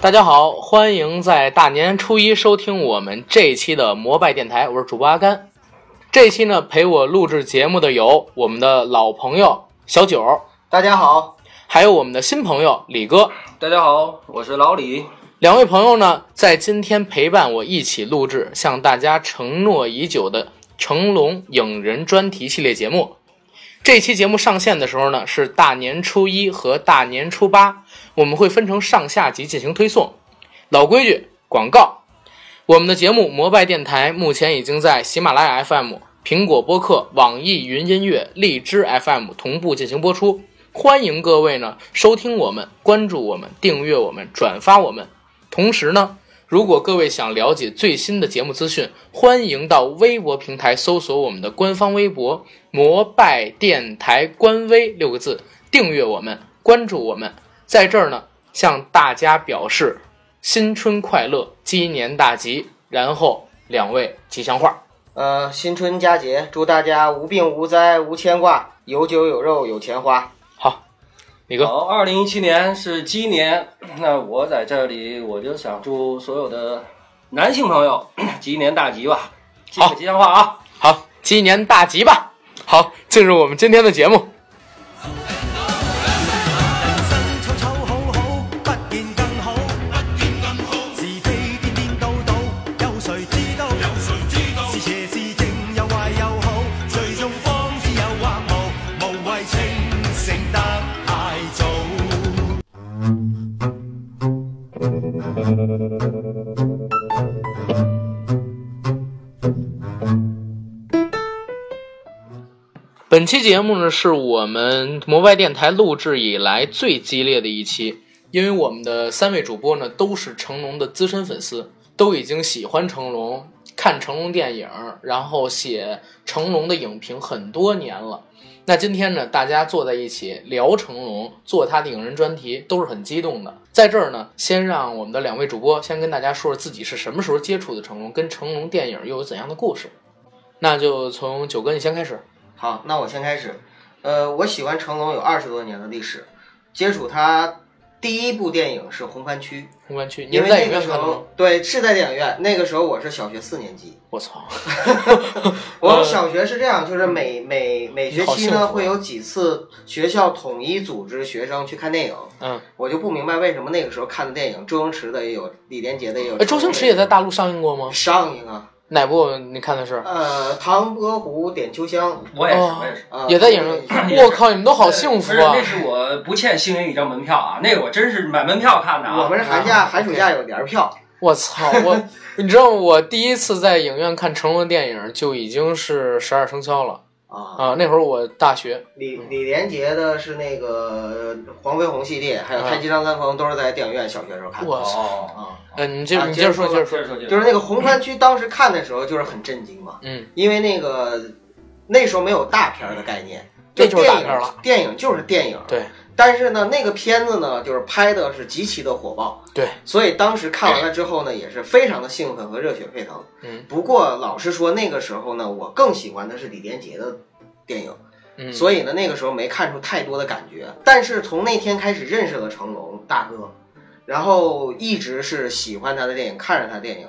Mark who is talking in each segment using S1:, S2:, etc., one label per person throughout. S1: 大家好，欢迎在大年初一收听我们这一期的摩拜电台，我是主播阿甘。这一期呢，陪我录制节目的有我们的老朋友小九，
S2: 大家好，
S1: 还有我们的新朋友李哥。
S3: 大家好，我是老李。
S1: 两位朋友呢，在今天陪伴我一起录制向大家承诺已久的成龙影人专题系列节目。这期节目上线的时候呢，是大年初一和大年初八，我们会分成上下集进行推送。老规矩，广告。我们的节目《摩拜电台》目前已经在喜马拉雅 FM、苹果播客、网易云音乐、荔枝 FM 同步进行播出。欢迎各位呢收听我们、关注我们、订阅我们、转发我们。同时呢，如果各位想了解最新的节目资讯，欢迎到微博平台搜索我们的官方微博“摩拜电台官微”六个字，订阅我们，关注我们。在这儿呢，向大家表示新春快乐，鸡年大吉，然后两位吉祥话。
S2: 呃，新春佳节，祝大家无病无灾无牵挂，有酒有肉有钱花。
S1: 好，李哥，
S3: 好，二零一七年是鸡年，那我在这里我就想祝所有的男性朋友 鸡年大吉吧，记
S1: 好哦
S3: 个吉祥话啊！
S1: 好，鸡年大吉吧。好，进入我们今天的节目。
S4: 新丑丑好好，不見更好，不見更好。是非顛顛倒倒，有誰知道？有誰知道？是邪是正，又壞又好，最終方知有或無，無謂清醒得太早。
S1: 本期节目呢，是我们摩拜电台录制以来最激烈的一期，因为我们的三位主播呢都是成龙的资深粉丝，都已经喜欢成龙，看成龙电影，然后写成龙的影评很多年了。那今天呢，大家坐在一起聊成龙，做他的影人专题，都是很激动的。在这儿呢，先让我们的两位主播先跟大家说说自己是什么时候接触的成龙，跟成龙电影又有怎样的故事。那就从九哥你先开始。
S2: 好，那我先开始。呃，我喜欢成龙有二十多年的历史，接触他第一部电影是《红番区
S1: 红番区，》，你
S2: 因
S1: 是
S2: 为
S1: 在影
S2: 那
S1: 院
S2: 个时
S1: 看的吗
S2: 候？对是在电影院，那个时候我是小学四年级。
S1: 我操！
S2: 我
S1: 呃嗯
S2: 们小学是这样，就是每每每学期
S1: 你好幸福
S2: 呢
S1: 啊
S2: 会有几次学校统一组织学生去看电影。
S1: 嗯，
S2: 我就不明白为什么那个时候看的电影，周星驰的也有，李连杰的也有。
S1: 哎，周星驰也在大陆上映过吗？
S2: 上映啊，
S1: 哪部你看的是？
S2: 呃，《唐伯虎点秋香
S3: 我也是，
S1: 哦
S3: 我也是。
S2: 啊》
S1: 也在影上。
S2: 对
S1: 我靠，你们都好幸福啊
S3: 而且！那是我不欠星爷一张门票啊，那个我真是买门票看的啊。
S2: 我们是寒假、寒暑假有联票，
S1: 我操，我你知道我第一次在影院看成龙的电影就已经是《十二生肖》了
S2: 啊。
S1: 啊！那会儿我大学，
S2: 李李连杰的是那个呃黄飞鸿系列，还有
S1: 啊
S2: 《太极张三丰》都是在电影院小学时候看的
S1: 我操，
S3: 哦，
S2: 啊。
S1: 嗯，你接
S2: 啊
S1: 你接着说，接着
S2: 接着
S3: 接
S1: 说，
S3: 着说，接着
S2: 就
S3: 说
S2: 是那个红番区，当时看的时候就是很震惊嘛，
S1: 嗯，
S2: 因为那个那时候没有大片儿的概念，
S1: 那就是
S2: 电
S1: 大
S2: 影
S1: 片儿了
S2: 电影就是电影。
S1: 对
S2: 但是呢，那个片子呢，就是拍的是极其的火爆，
S1: 对，
S2: 所以当时看完了之后呢，也是非常的兴奋和热血沸腾。
S1: 嗯，
S2: 不过老实说，那个时候呢，我更喜欢的是李连杰的电影，
S1: 嗯，
S2: 所以呢，那个时候没看出太多的感觉。但是从那天开始认识了成龙大哥，然后一直是喜欢他的电影，看着他的电影，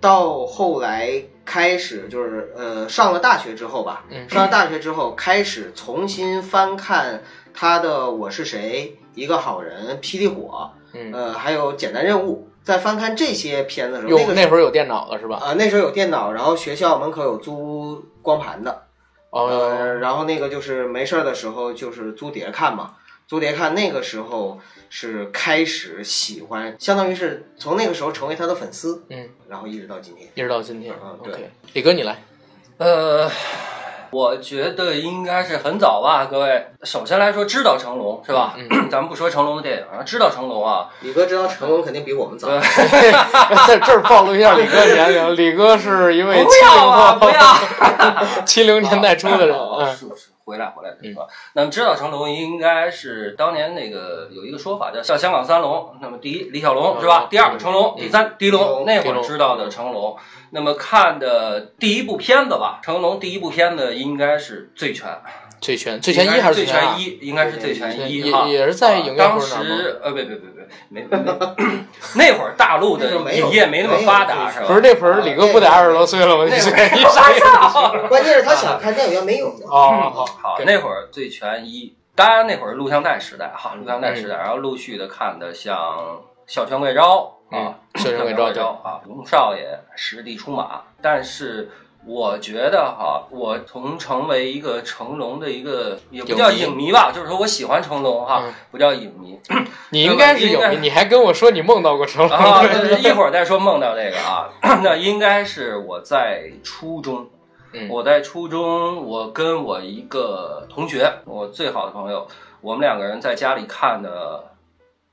S2: 到后来开始就是呃上了大学之后吧，
S1: 嗯
S2: 上了大学之后开始重新翻看他的《我是谁》《一个好人》《霹雳火》，
S1: 嗯，
S2: 呃，还有《简单任务》。在翻看这些片子的时候，那
S1: 有
S2: 个
S1: 那会儿有电脑了是吧？
S2: 啊、那时候有电脑，然后学校门口有租光盘的，
S1: 哦，
S2: 呃，然后那个就是没事儿的时候就是租碟看嘛，租碟看那个时候是开始喜欢，相当于是从那个时候成为他的粉丝，
S1: 嗯，
S2: 然后一直到今天。
S1: 一直到今天。
S2: 嗯对
S1: OK，李哥你来，
S3: 呃，我觉得应该是很早吧，各位。首先来说，知道成龙是吧？
S1: 嗯
S3: 咱们不说成龙的电影啊，知道成龙啊，
S2: 李哥知道成龙肯定比我们
S1: 嗯
S2: 早，
S1: 在这儿暴露一下李哥的年龄，李哥是一位七
S3: 不
S1: 零
S3: 要啊，
S1: 后，
S3: 不要。
S2: 啊
S1: 七零年代初的人，
S3: 哦
S1: 嗯
S3: 是是，回来回来是吧？那么知道成龙应该是当年那个有一个说法叫叫香港三龙，那么第一李小龙是吧
S1: 嗯？
S3: 第二成龙，
S1: 嗯
S3: 第三狄
S2: 狄
S3: 龙，
S2: 龙
S3: 那
S1: 狄
S3: 会
S1: 龙
S3: 儿知道的成龙。那么看的第一部片子吧，成龙第一部片子应该是《醉拳》，
S1: 醉拳，醉拳一
S3: 应该
S1: 还是啊
S3: 是醉
S1: 拳二
S3: 拳一？应该是醉拳
S1: 也
S3: 一哈。
S1: 也是在影院
S3: 啊当
S1: 或者哪儿吗
S3: 时呃，别别别别，对，没没 那会儿大陆的
S2: 那会儿没有
S3: 影业没那么发达，
S2: 没
S3: 是
S2: 有
S3: 吧？啊
S1: 不是那会儿李哥不得二十多岁了吗？你
S3: 那
S1: 是
S3: 会儿
S1: 你傻逼！
S2: 关键是 他想看电影院没有呢。
S1: 哦，
S3: 好
S1: 好，
S3: 好
S1: 对，
S3: 那会儿最全一，当然那会儿录像带时代哈，录像带
S1: 嗯
S3: 时代，然后陆续的看的像《孝全贵昭》啊，
S1: 嗯孝全贵昭
S3: 昭》啊，《龙少爷》《十地出马》，但是。我觉得哈，我从成为一个成龙的一个也不叫
S1: 影迷
S3: 影迷吧，就是说我喜欢成龙哈，
S1: 嗯
S3: 不叫影迷
S1: 你应该是
S3: 应该
S1: 有，你还跟我说你梦到过成龙，
S3: 啊。对一会儿再说梦到这个啊，那应该是我在初中，
S1: 嗯
S3: 我在初中，我跟我一个同学，我最好的朋友，我们两个人在家里看的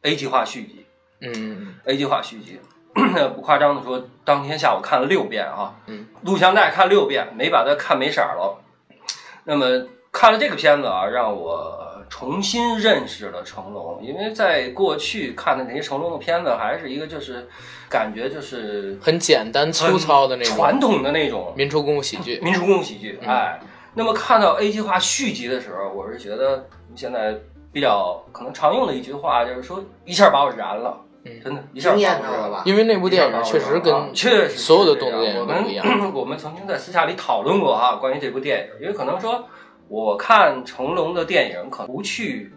S3: A 计划续集
S1: 嗯，
S3: ，A 计划续集， 不夸张的说，当天下午看了六遍啊，
S1: 嗯，
S3: 录像带看六遍，没把它看没色儿了。那么看了这个片子啊，让我重新认识了成龙，因为在过去看的那些成龙的片子，还是一个就是感觉就是
S1: 很简单粗糙的那种
S3: 传统的那种
S1: 民族功夫喜剧，
S3: 民族功夫喜剧，
S1: 嗯
S3: 哎，那么看到 A 计划续集的时候，我是觉得现在比较可能常用的一句话就是说，一下把我燃了，
S1: 嗯
S3: 真的，一下把我
S2: 惊艳
S3: 燃
S2: 到了
S3: 了。
S2: 吧？
S1: 因为那部电影确实
S3: 啊
S1: 跟
S3: 确实啊
S1: 所有的动作电影都不一样
S3: 我 们我们曾经在私下里讨论过啊，关于这部电影，因为可能说我看成龙的电影，可能不去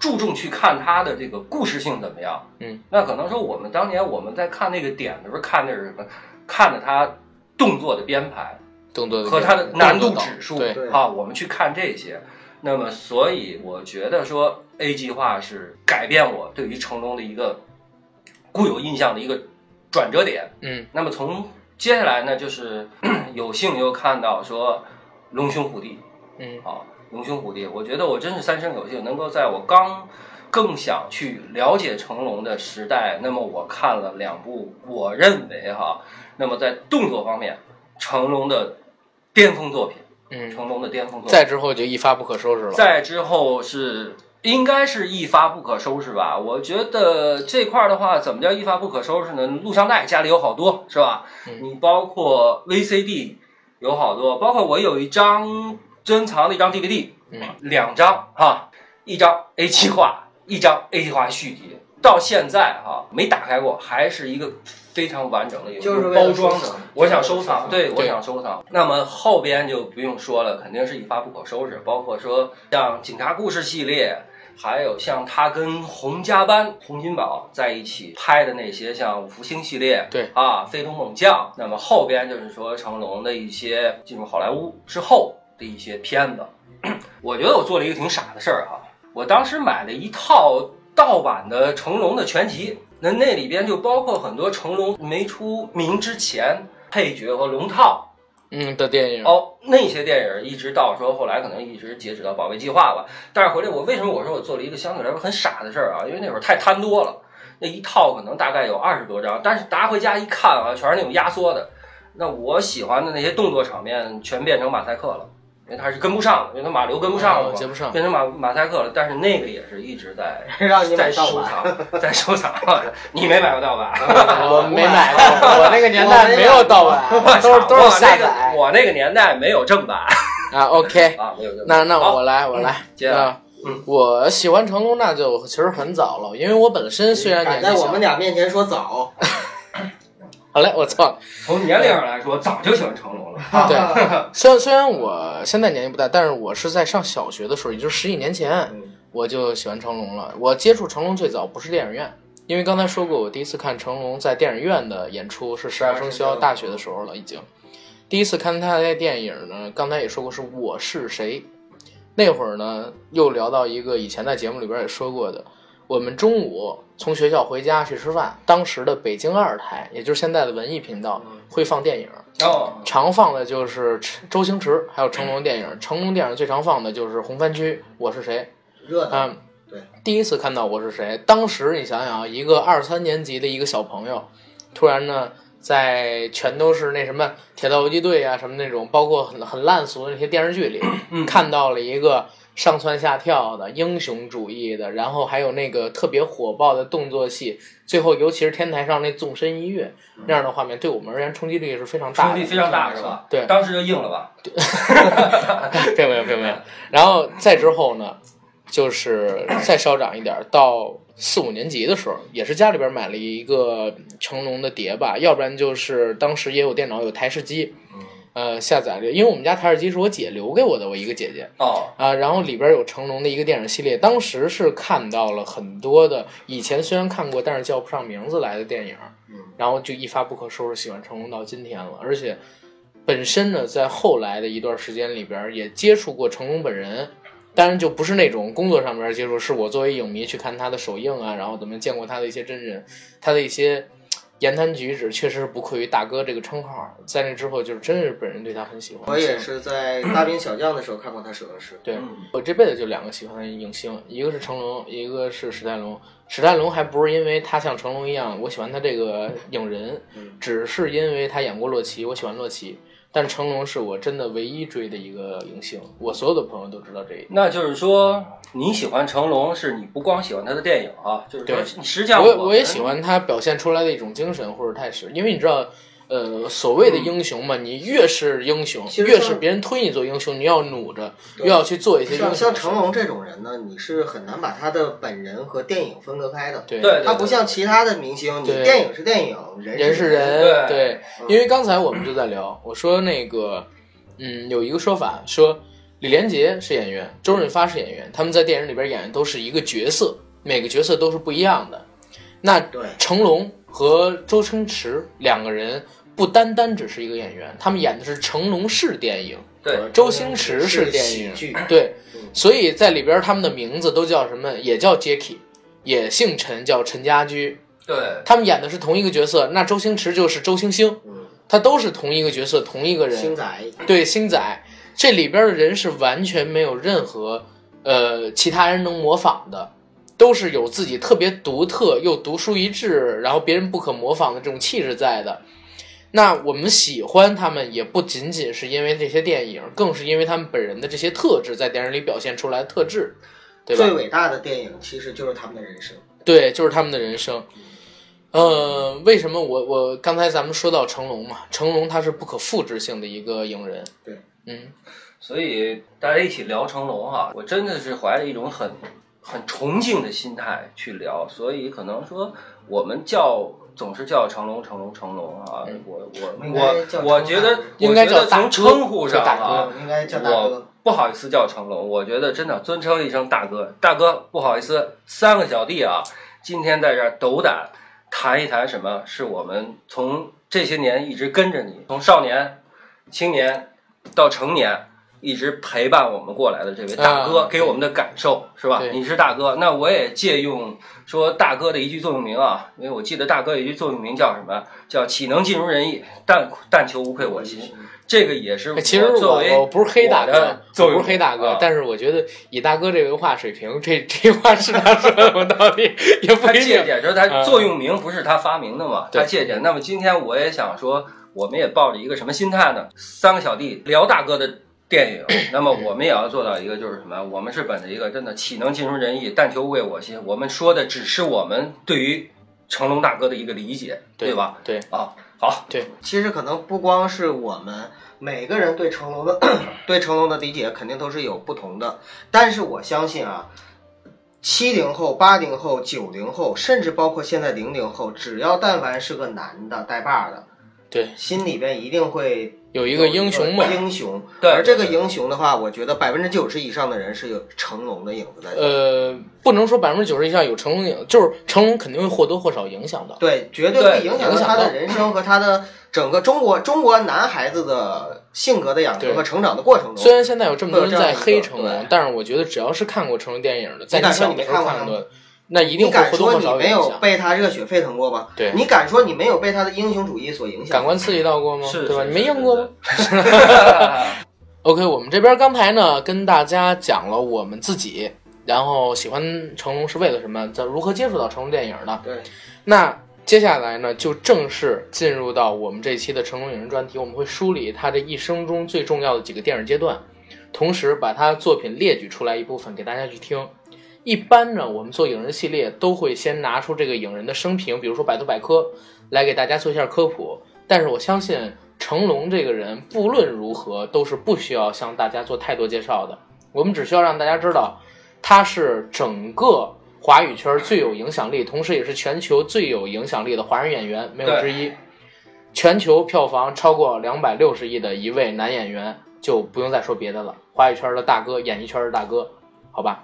S3: 注重去看他的这个故事性怎么样。
S1: 嗯，
S3: 那可能说我们当年我们在看那个点的时候，看的是什么？看着他动作的编排
S1: 动作
S3: 和他的难度指数
S1: 对，
S2: 对
S3: 啊，我们去看这些。那么，所以我觉得说 A 计划是改变我对于成龙的一个固有印象的一个转折点。
S1: 嗯
S3: 那么从接下来呢，就是 有幸又看到说龙兄虎弟
S1: 嗯
S3: 啊，龙兄虎弟，我觉得我真是三生有幸，能够在我刚更想去了解成龙的时代，那么我看了两部，我认为哈，那么在动作方面，成龙的巅峰作品，
S1: 嗯，
S3: 成龙的巅峰作品，
S1: 再之后就一发不可收拾了，
S3: 再之后是应该是一发不可收拾吧？我觉得这块儿的话，怎么叫一发不可收拾呢？录像带家里有好多，是吧？
S1: 嗯
S3: 你包括 VCD 有好多，包括我有一张珍藏的一张 DVD，
S1: 嗯
S3: 两张哈、一张 A 计划，一张 A 计划续集。到现在哈、没打开过，还是一个非常完整的，有
S2: 就是为了
S3: 包装
S2: 收
S3: 的
S2: 藏。
S3: 我想收藏，
S2: 就是
S3: 对，我想收藏。那么后边就不用说了，肯定是一发不可收拾。包括说像《警察故事》系列，还有像他跟洪家班、洪金宝在一起拍的那些，像《五福星》系列，
S1: 对
S3: 啊，《飞龙猛将》。那么后边就是说成龙的一些进入好莱坞之后的一些片子。 我觉得我做了一个挺傻的事儿、哈，啊我当时买了一套盗版的成龙的全集，那那里边就包括很多成龙没出名之前配角和龙套
S1: 嗯的电影，
S3: 哦，那些电影一直到说后来可能一直截止到《保卫计划》吧。但是回来我为什么我说我做了一个相对来说很傻的事儿啊？因为那会儿太贪多了，那一套可能大概有二十多张，但是拿回家一看啊，全是那种压缩的。那我喜欢的那些动作场面全变成马赛克了，因为它是跟不上了，因为它马流跟不上了
S1: 啊
S3: 嘛，
S1: 哦接不上，
S3: 变成马马赛克了，但是那个也是一直在
S2: 让你
S3: 在
S2: 买盗
S3: 收
S2: 版，
S3: 藏，在收藏。啊 你没买过盗版？
S1: 我没买过，我那个年代没有盗 版，都是都是下载
S3: 我那个我那个年代没有正版
S1: 啊。OK，
S3: 啊，没有正版。
S1: 那那
S3: 好
S1: 我来，我来。
S3: 接着
S1: 啊
S3: 嗯
S1: 我喜欢成龙，那就其实很早了，因为我本身虽然
S2: 敢
S1: 年纪
S2: 在
S1: 小，
S2: 我们俩面前说早，
S1: 好嘞，我操，
S3: 从年龄上来说，早就喜欢成龙了。
S1: 对，虽然虽然我现在年纪不大，但是我是在上小学的时候，也就是十几年前，我就喜欢成龙了。我接触成龙最早不是电影院，因为刚才说过，我第一次看成龙在电影院的演出是《十二生肖》嗯大学的时候了，已经。第一次看他的电影呢，刚才也说过是《我是谁》，那会儿呢又聊到一个以前在节目里边也说过的，我们中午从学校回家去吃饭，当时的北京二台，也就是现在的文艺频道会放电影。
S3: 哦，
S1: 常放的就是周星驰，还有成龙电影。成龙电影最常放的就是《红番区》《我是谁》。
S2: 热闹。
S1: 嗯，
S2: 对，
S1: 第一次看到《我是谁》，当时你想想啊，一个二三年级的一个小朋友，突然呢，在全都是那什么铁道游击队啊什么那种，包括很很烂俗的那些电视剧里，
S3: 嗯
S1: 看到了一个上蹿下跳的英雄主义的，然后还有那个特别火爆的动作戏，最后尤其是天台上那纵身一跃那样的画面，对我们而言冲击力是非常大的，
S3: 冲力非常大是吧？
S1: 对
S3: 当时就硬了吧？
S1: 并没有，并没有。然后再之后呢，就是再稍长一点，到四五年级的时候，也是家里边买了一个成龙的碟吧，要不然就是当时也有电脑有台式机，呃，下载了，因为我们家台式机是我姐留给我的，我一个姐姐，
S3: 哦，
S1: 啊，然后里边有成龙的一个电影系列，当时是看到了很多的，以前虽然看过，但是叫不上名字来的电影，
S2: 嗯
S1: 然后就一发不可收拾，喜欢成龙到今天了。而且本身呢，在后来的一段时间里边也接触过成龙本人，当然就不是那种工作上面接触，是我作为影迷去看他的首映啊，然后怎么见过他的一些真人，他的一些。言谈举止确实是不愧于“大哥”这个称号，在那之后就是真是本人对他很喜欢。
S2: 我也是在《大兵小将》的时候看过他首映式。
S1: 对
S3: 嗯
S1: 我这辈子就两个喜欢的影星，一个是成龙，一个是史泰龙。史泰龙还不是因为他像成龙一样，我喜欢他这个影人，
S2: 嗯
S1: 只是因为他演过洛奇，我喜欢洛奇。但成龙是我真的唯一追的一个影星，我所有的朋友都知道这一点。
S3: 那就是说你喜欢成龙，是你不光喜欢他的电影啊，就是说
S1: 对
S3: 你实际上
S1: 我我也
S3: 们
S1: 喜欢他表现出来的一种精神或者态势，因为你知道，呃，所谓的英雄嘛，你越是英雄，
S2: 其实
S1: 越
S2: 像
S1: 是别人推你做英雄，你要努着，
S2: 对
S1: 又要去做一些英雄
S2: 像
S1: 的
S2: 像
S1: 事
S2: 成龙这种人呢，你是很难把他的本人和电影分割开的。
S1: 对
S3: 对
S2: 他不像其他的明星，你
S1: 对
S2: 电影是电影，人
S1: 人是
S2: 是
S1: 人，
S3: 对
S1: 对，
S2: 嗯
S1: 因为刚才我们就在聊，我说那个，嗯，有一个说法说李连杰是演员，周润发是演员，他们在电影里边演的都是一个角色，每个角色都是不一样的。那
S2: 对
S1: 成龙和周星驰两个人不单单只是一个演员，他们演的是成龙式电影，
S3: 对
S1: 周星驰
S2: 是
S1: 电影
S2: 喜剧，
S1: 对
S2: 嗯，
S1: 所以在里边他们的名字都叫什么？也叫 Jacky，也姓陈，叫陈家驹。
S3: 对
S1: 他们演的是同一个角色，那周星驰就是周星星，
S2: 嗯，
S1: 他都是同一个角色，同一个
S2: 星
S1: 人。
S2: 仔，
S1: 对，星仔这里边的人是完全没有任何呃其他人能模仿的，都是有自己特别独特又独树一帜，然后别人不可模仿的这种气质在的。那我们喜欢他们，也不仅仅是因为这些电影，更是因为他们本人的这些特质在电影里表现出来的特质，对吧？
S2: 最伟大的电影其实就是他们的人生。
S1: 对，就是他们的人生。呃，为什么我我刚才咱们说到成龙嘛，成龙他是不可复制性的一个影人。
S2: 对，
S1: 嗯，
S3: 所以大家一起聊成龙哈、我真的是怀着一种很很崇敬的心态去聊，所以可能说我们叫总是叫成龙成龙成龙啊，
S1: 嗯
S3: 我
S2: 我
S3: 我
S2: 们应该叫
S3: 我我觉
S2: 成
S3: 得
S1: 应该叫
S3: 我觉得
S1: 大
S3: 从
S1: 哥
S3: 称呼上
S1: 叫大
S3: 啊
S1: 哥，
S2: 嗯我应该叫大
S3: 我
S2: 哥，
S3: 不好意思叫成龙，我觉得真的尊称一声大哥，大哥不好意思，三个小弟啊，今天在这儿斗胆谈一谈什么是我们从这些年一直跟着你，从少年、青年到成年。一直陪伴我们过来的这位大哥
S1: 啊
S3: 给我们的感受、是吧
S1: 对？
S3: 你是大哥，那我也借用说大哥的一句座右铭啊，因为我记得大哥有一句座右铭叫什么？叫“岂能尽如人意，但但求无愧我心”。这个也是
S1: 哎其实
S3: 作
S1: 我
S3: 为
S1: 我不是黑大
S3: 我的
S1: 哥，
S3: 作
S1: 我
S3: 为
S1: 不是黑大哥
S3: 啊，
S1: 但是我觉得以大哥这个文化水平，这这话是他说的有道 理，也不
S3: 他
S1: 一
S3: 借
S1: 定。
S3: 鉴，就是他
S1: 嗯
S3: 座右铭不是他发明的嘛，
S1: 对
S3: 他借鉴。那么今天我也想说，我们也抱着一个什么心态呢？三个小弟聊大哥的电影，那么我们也要做到一个就是什么？我们是本着一个真的岂能尽如人意，但求无愧我心。我们说的只是我们对于成龙大哥的一个理解，对吧？？
S1: 对，
S3: 啊，好，
S2: 其实可能不光是我们。每个人对成龙的 对成龙的理解肯定都是有不同的，但是我相信啊，七零后、八零后、九零后，甚至包括现在零零后，只要但凡是个男的带把儿的，
S1: 对，
S2: 心里边一定会
S1: 有一个英雄梦。
S2: 英雄，
S3: 对
S2: 而这个英雄的话，我觉得百分之九十以上的人是有成龙的影子在。
S1: 呃，不能说百分之九十以上有成龙影，就是成龙肯定会或多或少影响到。
S2: 对，绝对
S3: 对
S2: 会影响
S1: 影
S2: 到
S1: 响
S2: 他
S1: 到
S2: 的人生和他的整个中国中国男孩子的性格的养成
S1: 对
S2: 和成长的过程
S1: 虽
S2: 中。
S1: 然现在有这么多人在黑成
S2: 会有这样一
S1: 龙
S2: 个，
S1: 但是我觉得只要是看过成龙电影的，在
S2: 你敢说
S1: 小
S2: 你
S1: 的
S2: 没
S1: 时候
S2: 看过
S1: 看
S2: 吗
S1: 过的，那一定会
S2: 你敢
S1: 或多
S2: 说
S1: 或
S2: 你
S1: 少
S2: 没
S1: 影
S2: 有
S1: 响。
S2: 被他热血沸腾过吗？
S1: 对
S2: 你敢说你没有被他的英雄主义所影
S1: 感
S2: 响？
S1: 官刺激到过吗？
S3: 是
S1: 对吧？
S3: 是
S1: 你没
S3: 是
S1: 用过吗？OK，我们这边刚才呢跟大家讲了我们自己，然后喜欢成龙是为了什么，怎如何接触到成龙电影的。
S2: 对，
S1: 那接下来呢，就正式进入到我们这期的成龙影人专题，我们会梳理他这一生中最重要的几个电影阶段，同时把他作品列举出来一部分给大家去听。一般呢，我们做影人系列都会先拿出这个影人的生平，比如说百度百科，来给大家做一下科普。但是我相信成龙这个人，不论如何都是不需要向大家做太多介绍的，我们只需要让大家知道他是整个华语圈最有影响力，同时也是全球最有影响力的华人演员，没有
S3: 对
S1: 之一。全球票房超过两百六十亿的一位男演员，就不用再说别的了，华语圈的大哥，演艺圈的大哥，好吧？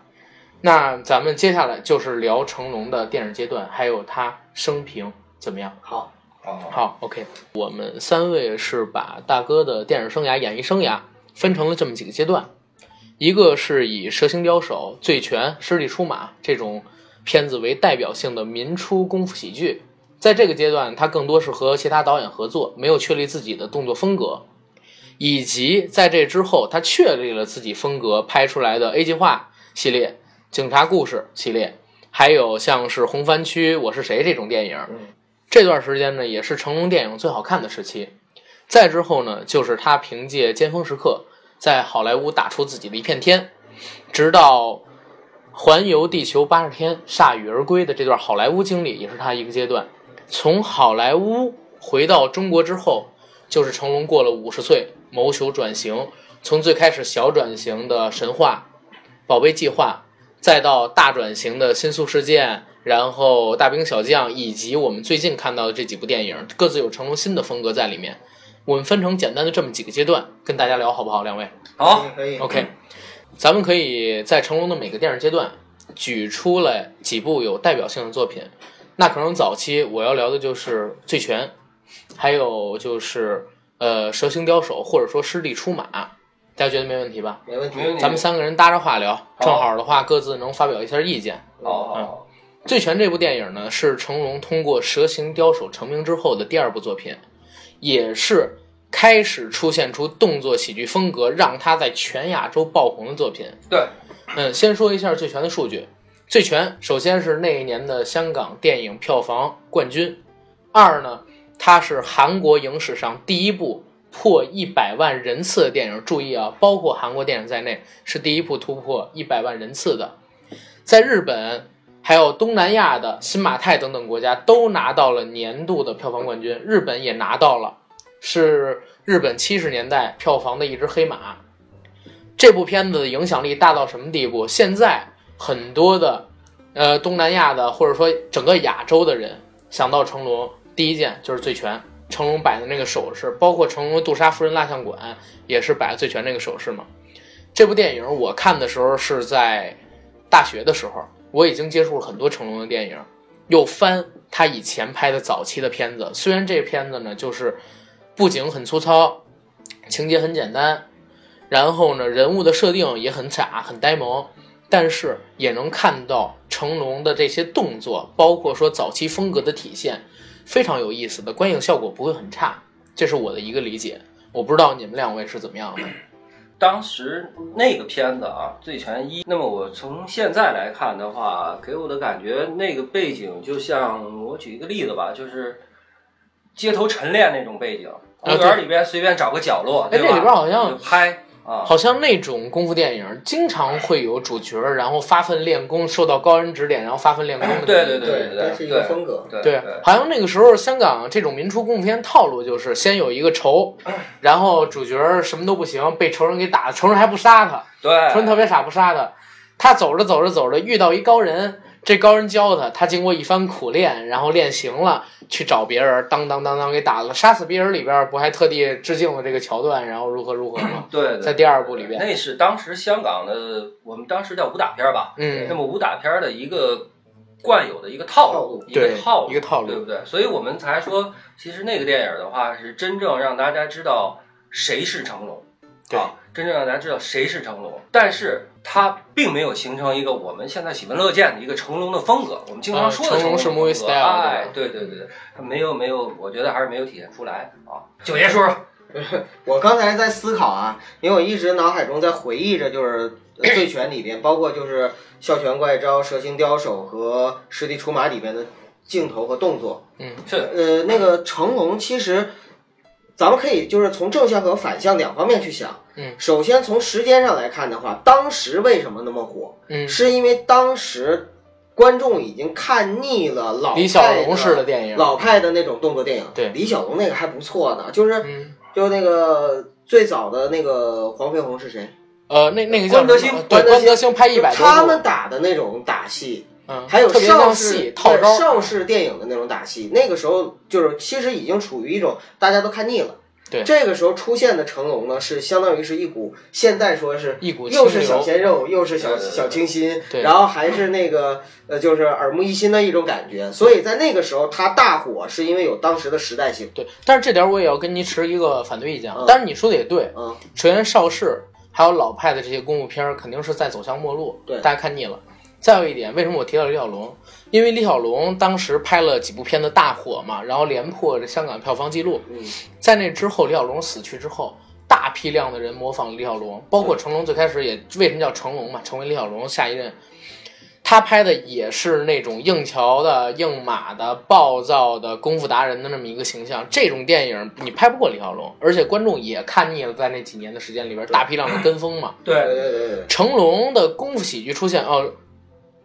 S1: 那咱们接下来就是聊成龙的电影阶段，还有他生平怎么样？
S2: 好，
S3: 啊，
S1: 好，OK，我们三位是把大哥的电影生涯、演艺生涯分成了这么几个阶段，一个是以《蛇形刁手》《醉拳》《师弟出马》这种片子为代表性的民初功夫喜剧，在这个阶段，他更多是和其他导演合作，没有确立自己的动作风格，以及在这之后，他确立了自己风格，拍出来的《A 计划》系列、《警察故事》系列，还有像是《红番区》《我是谁》这种电影。这段时间呢，也是成龙电影最好看的时期。再之后呢，就是他凭借《尖峰时刻》在好莱坞打出自己的一片天，直到环游地球八十天铩羽而归的这段好莱坞经历，也是他一个阶段。从好莱坞回到中国之后，就是成龙过了五十岁，谋求转型，从最开始小转型的神话、宝贝计划，再到大转型的新宿事件，然后大兵小将，以及我们最近看到的这几部电影，各自有成龙新的风格在里面。我们分成简单的这么几个阶段跟大家聊，好不好？两位
S3: 好，
S2: 可以
S1: ，OK，咱们可以在成龙的每个电影阶段举出来几部有代表性的作品。那可能早期我要聊的就是《醉拳》，还有就是呃《蛇形刁手》或者说《师弟出马》，大家觉得没问题吧？
S2: 没问题
S3: 没。问题
S1: 咱们三个人搭着话聊，正好的话各自能发表一下意见。
S3: 好好好，
S1: 《醉拳》这部电影呢，是成龙通过《蛇形刁手》成名之后的第二部作品，也是开始出现出动作喜剧风格，让他在全亚洲爆红的作品。
S3: 对，
S1: 嗯，先说一下《醉拳》的数据，《醉拳》首先是那一年的香港电影票房冠军，二呢，它是韩国影史上第一部破一百万人次的电影，注意啊，包括韩国电影在内，是第一部突破一百万人次的，在日本。还有东南亚的新马泰等等国家都拿到了年度的票房冠军，日本也拿到了，是日本七十年代票房的一只黑马。这部片子的影响力大到什么地步？现在很多的，呃，东南亚的或者说整个亚洲的人想到成龙，第一件就是《醉拳》，成龙摆的那个手势，包括成龙杜莎夫人蜡像馆也是摆《醉拳》那个手势嘛。这部电影我看的时候是在大学的时候，我已经接触了很多成龙的电影，又翻他以前拍的早期的片子。虽然这片子呢，就是布景很粗糙，情节很简单，然后呢，人物的设定也很傻，很呆萌，但是也能看到成龙的这些动作，包括说早期风格的体现，非常有意思的观影效果不会很差，这是我的一个理解。我不知道你们两位是怎么样的。
S3: 当时那个片子啊，《醉拳一》，那么我从现在来看的话，给我的感觉，那个背景就像我举一个例子吧，就是街头晨练那种背景，公
S1: 啊对
S3: 园里边随便找个角落，
S1: 哎
S3: 对吧？
S1: 这里边好像
S3: 就拍啊，
S1: 好像那种功夫电影经常会有主角，然后发奋练功，受到高人指点，然后发奋练功的。
S3: 对对对
S2: 对，但是一个风格。
S3: 对
S1: 对，好像那个时候香港这种民初功夫片套路就是先有一个仇，然后主角什么都不行，被仇人给打，仇人还不杀他，
S3: 对，
S1: 纯特别傻不杀的。他走着走着走着，遇到一高人，这高人教他，他经过一番苦练，然后练行了，去找别人，当当当当给打了，杀死别人里边不还特地致敬了这个桥段，然后如何如何吗？
S3: 对，对
S1: 在第二部里边，
S3: 那是当时香港的，我们当时叫武打片儿吧，那
S1: 嗯，
S3: 么武打片儿的一个惯有的一个套路，一
S1: 对
S3: 个套，路，
S1: 一个套路
S3: 对，不对？所以我们才说，其实那个电影的话，是真正让大家知道谁是成龙，
S1: 对
S3: 啊，真正让大家知道谁是成龙。但是它并没有形成一个我们现在喜闻乐见的一个成龙的风格。我们经常说的
S1: 嗯成龙
S3: 龙
S1: 是
S3: 的
S1: movie
S3: 风格
S1: style，
S3: 哎，对对对对，它没有没有，我觉得还是没有体现出来啊。九爷说说，
S2: 我刚才在思考啊，因为我一直脑海中在回忆着，就是呃《醉拳》里边，包括就是《笑拳怪招》《蛇形刁手》和《师弟出马》里边的镜头和动作。
S1: 嗯
S3: 是的，
S2: 呃，那个成龙其实，咱们可以就是从正向和反向两方面去想。
S1: 嗯，
S2: 首先从时间上来看的话，当时为什么那么火？
S1: 嗯，
S2: 是因为当时观众已经看腻了老
S1: 李小
S2: 派
S1: 龙式的电影，
S2: 老派的那种动作电影。
S1: 对
S2: 李小龙那个还不错呢，就是
S1: 嗯，
S2: 就那个最早的那个黄飞鸿是谁？
S1: 呃，那那个叫
S3: 关德
S1: 什么
S3: 兴
S1: 对，
S2: 关德
S1: 关德
S2: 兴
S1: 兴拍一百多
S2: 他
S1: 部
S2: 们打的那种打戏，
S1: 嗯，
S2: 还有
S1: 特别像
S2: 邵
S1: 戏
S2: 氏
S1: 套
S2: 对
S1: 招，
S2: 邵氏电影的那种打戏，那个时候就是其实已经处于一种大家都看腻了。
S1: 对
S2: 这个时候出现的成龙呢，是相当于是一股现在说是
S1: 一股清
S2: 又是
S1: 流
S2: 小鲜肉，又是小
S3: 对对对
S2: 小清新，
S1: 对
S2: 然后还是那个呃，就是耳目一新的一种感觉。所以在那个时候他大火，是因为有当时的时代性。
S1: 对。但是这点我也要跟您持一个反对意见啊
S2: 嗯。
S1: 但是你说的也对，
S2: 嗯，
S1: 首先邵氏还有老派的这些功夫片儿肯定是在走向末路，
S2: 对
S1: 大家看腻了。再有一点，为什么我提到李小龙？因为李小龙当时拍了几部片子大火嘛，然后连破这香港票房纪录。
S2: 嗯，
S1: 在那之后，李小龙死去之后，大批量的人模仿李小龙，包括成龙，最开始也为什么叫成龙嘛，成为李小龙下一任。他拍的也是那种硬桥的、硬马的、暴躁的功夫达人的那么一个形象。这种电影你拍不过李小龙，而且观众也看腻了，在那几年的时间里边，大批量的跟风嘛。
S2: 对
S3: 对，
S2: 对对对对，
S1: 成龙的功夫喜剧出现哦，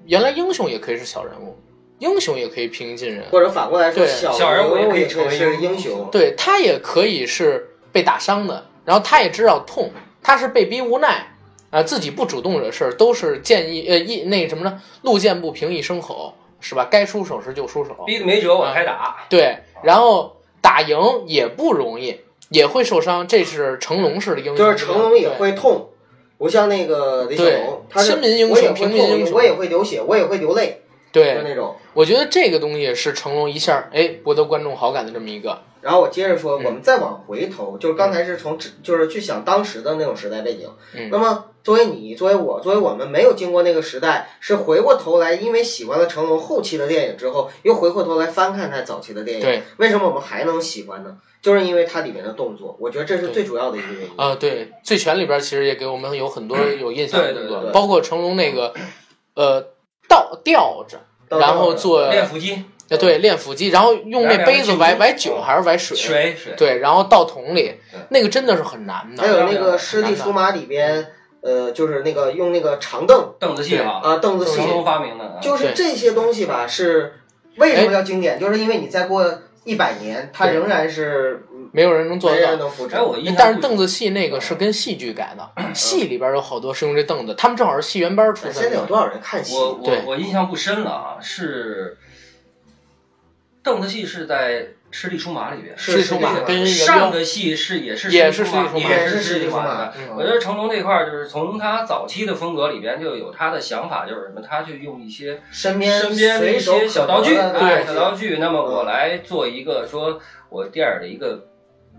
S1: 原来英雄也可以是小人物，英雄也可以平易近人，
S2: 或者反过来说，
S1: 对
S3: 小人
S2: 人
S3: 物也
S2: 物
S3: 可以
S2: 也
S3: 成为
S2: 是
S3: 英
S2: 英雄
S3: 雄。
S1: 对他也可以是被打伤的，然后他也知道痛，他是被逼无奈，啊、自己不主动惹事儿，都是见一呃一那什么呢？路见不平一声吼，是吧？该出手时就出手，
S3: 逼得没辙我开打。
S1: 对，然后打赢也不容易，也会受伤，这是成龙式的英雄，
S2: 就是成龙也
S1: 对
S2: 会痛，不像那个李小龙，
S1: 对
S2: 他是
S1: 亲民英雄
S2: 我也会
S1: 平民英
S2: 痛，
S1: 雄
S2: 我也会流血，我也会流泪，就
S1: 对
S2: 是那种。
S1: 我觉得这个东西是成龙一下哎博得观众好感的这么一个，
S2: 然后我接着说，
S1: 嗯
S2: 我们再往回头，就是刚才是从只就是去想当时的那种时代背景。
S1: 嗯
S2: 那么作为你，作为我，作为我们没有经过那个时代，是回过头来，因为喜欢了成龙后期的电影之后，又回过头来翻看他早期的电影。
S1: 对。
S2: 为什么我们还能喜欢呢？就是因为它里面的动作，我觉得这是
S1: 对
S2: 最主要的一个原因。
S1: 啊，对，《醉拳》里边其实也给我们有很多有印象的动
S3: 对对
S1: 作，
S2: 对
S1: 包括成龙那个，呃，倒吊着，
S2: 到
S1: 然后
S2: 这儿
S1: 做
S3: 练腹肌，
S1: 呃对练腹肌，然后用
S3: 来
S1: 那
S3: 两
S1: 杯
S3: 个
S1: 子
S3: 进
S1: 崴
S3: 攻
S1: 崴酒还是崴水，
S3: 水水，
S1: 对，然后倒桶里
S3: 对，
S1: 那个真的是很难
S2: 还
S1: 的。
S2: 有那个《师弟出马》里边，呃，就是那个用那个长凳
S3: 凳子戏啊，
S2: 啊、凳子戏，
S3: 成龙发明的啊。
S2: 就是
S1: 对
S2: 这些东西吧，是为什么叫经典？就是因为你再过一百年，它
S1: 对
S2: 仍然是嗯
S1: 没有人能做
S2: 没
S1: 得到
S2: 人。能复制
S3: 哎，。我印象
S1: 但是凳
S3: 子
S1: 子戏那个是跟戏剧改的，戏里边有好多是用这凳子，他们正好是戏园班出
S2: 哎
S1: 身
S2: 现在有
S1: 的。
S2: 多少人看戏？
S3: 我
S1: 对
S3: 我我印象不深了啊，是凳子戏是在《吃力出马》里边。
S1: 师
S2: 是
S1: 出
S2: 是
S1: 马
S2: 这个
S1: 跟袁
S3: 上
S1: 彪，
S3: 个戏是也是
S1: 也
S3: 师
S1: 是师弟出
S3: 弟出马
S1: 马
S3: 也
S2: 也是
S3: 师
S2: 师
S3: 弟
S2: 弟
S3: 出
S2: 出
S3: 马
S2: 马
S3: 的。
S2: 嗯
S3: 我觉得成龙这块儿就是从他早期的风格里边就有他的想法，就是什么，他去用一些
S2: 身边
S3: 身边的
S2: 随
S3: 一
S2: 手
S3: 些
S2: 可
S3: 小道具，
S2: 得的
S3: 哎，小
S2: 东西嗯
S3: 道具。那么我来做一个说，我电影的一个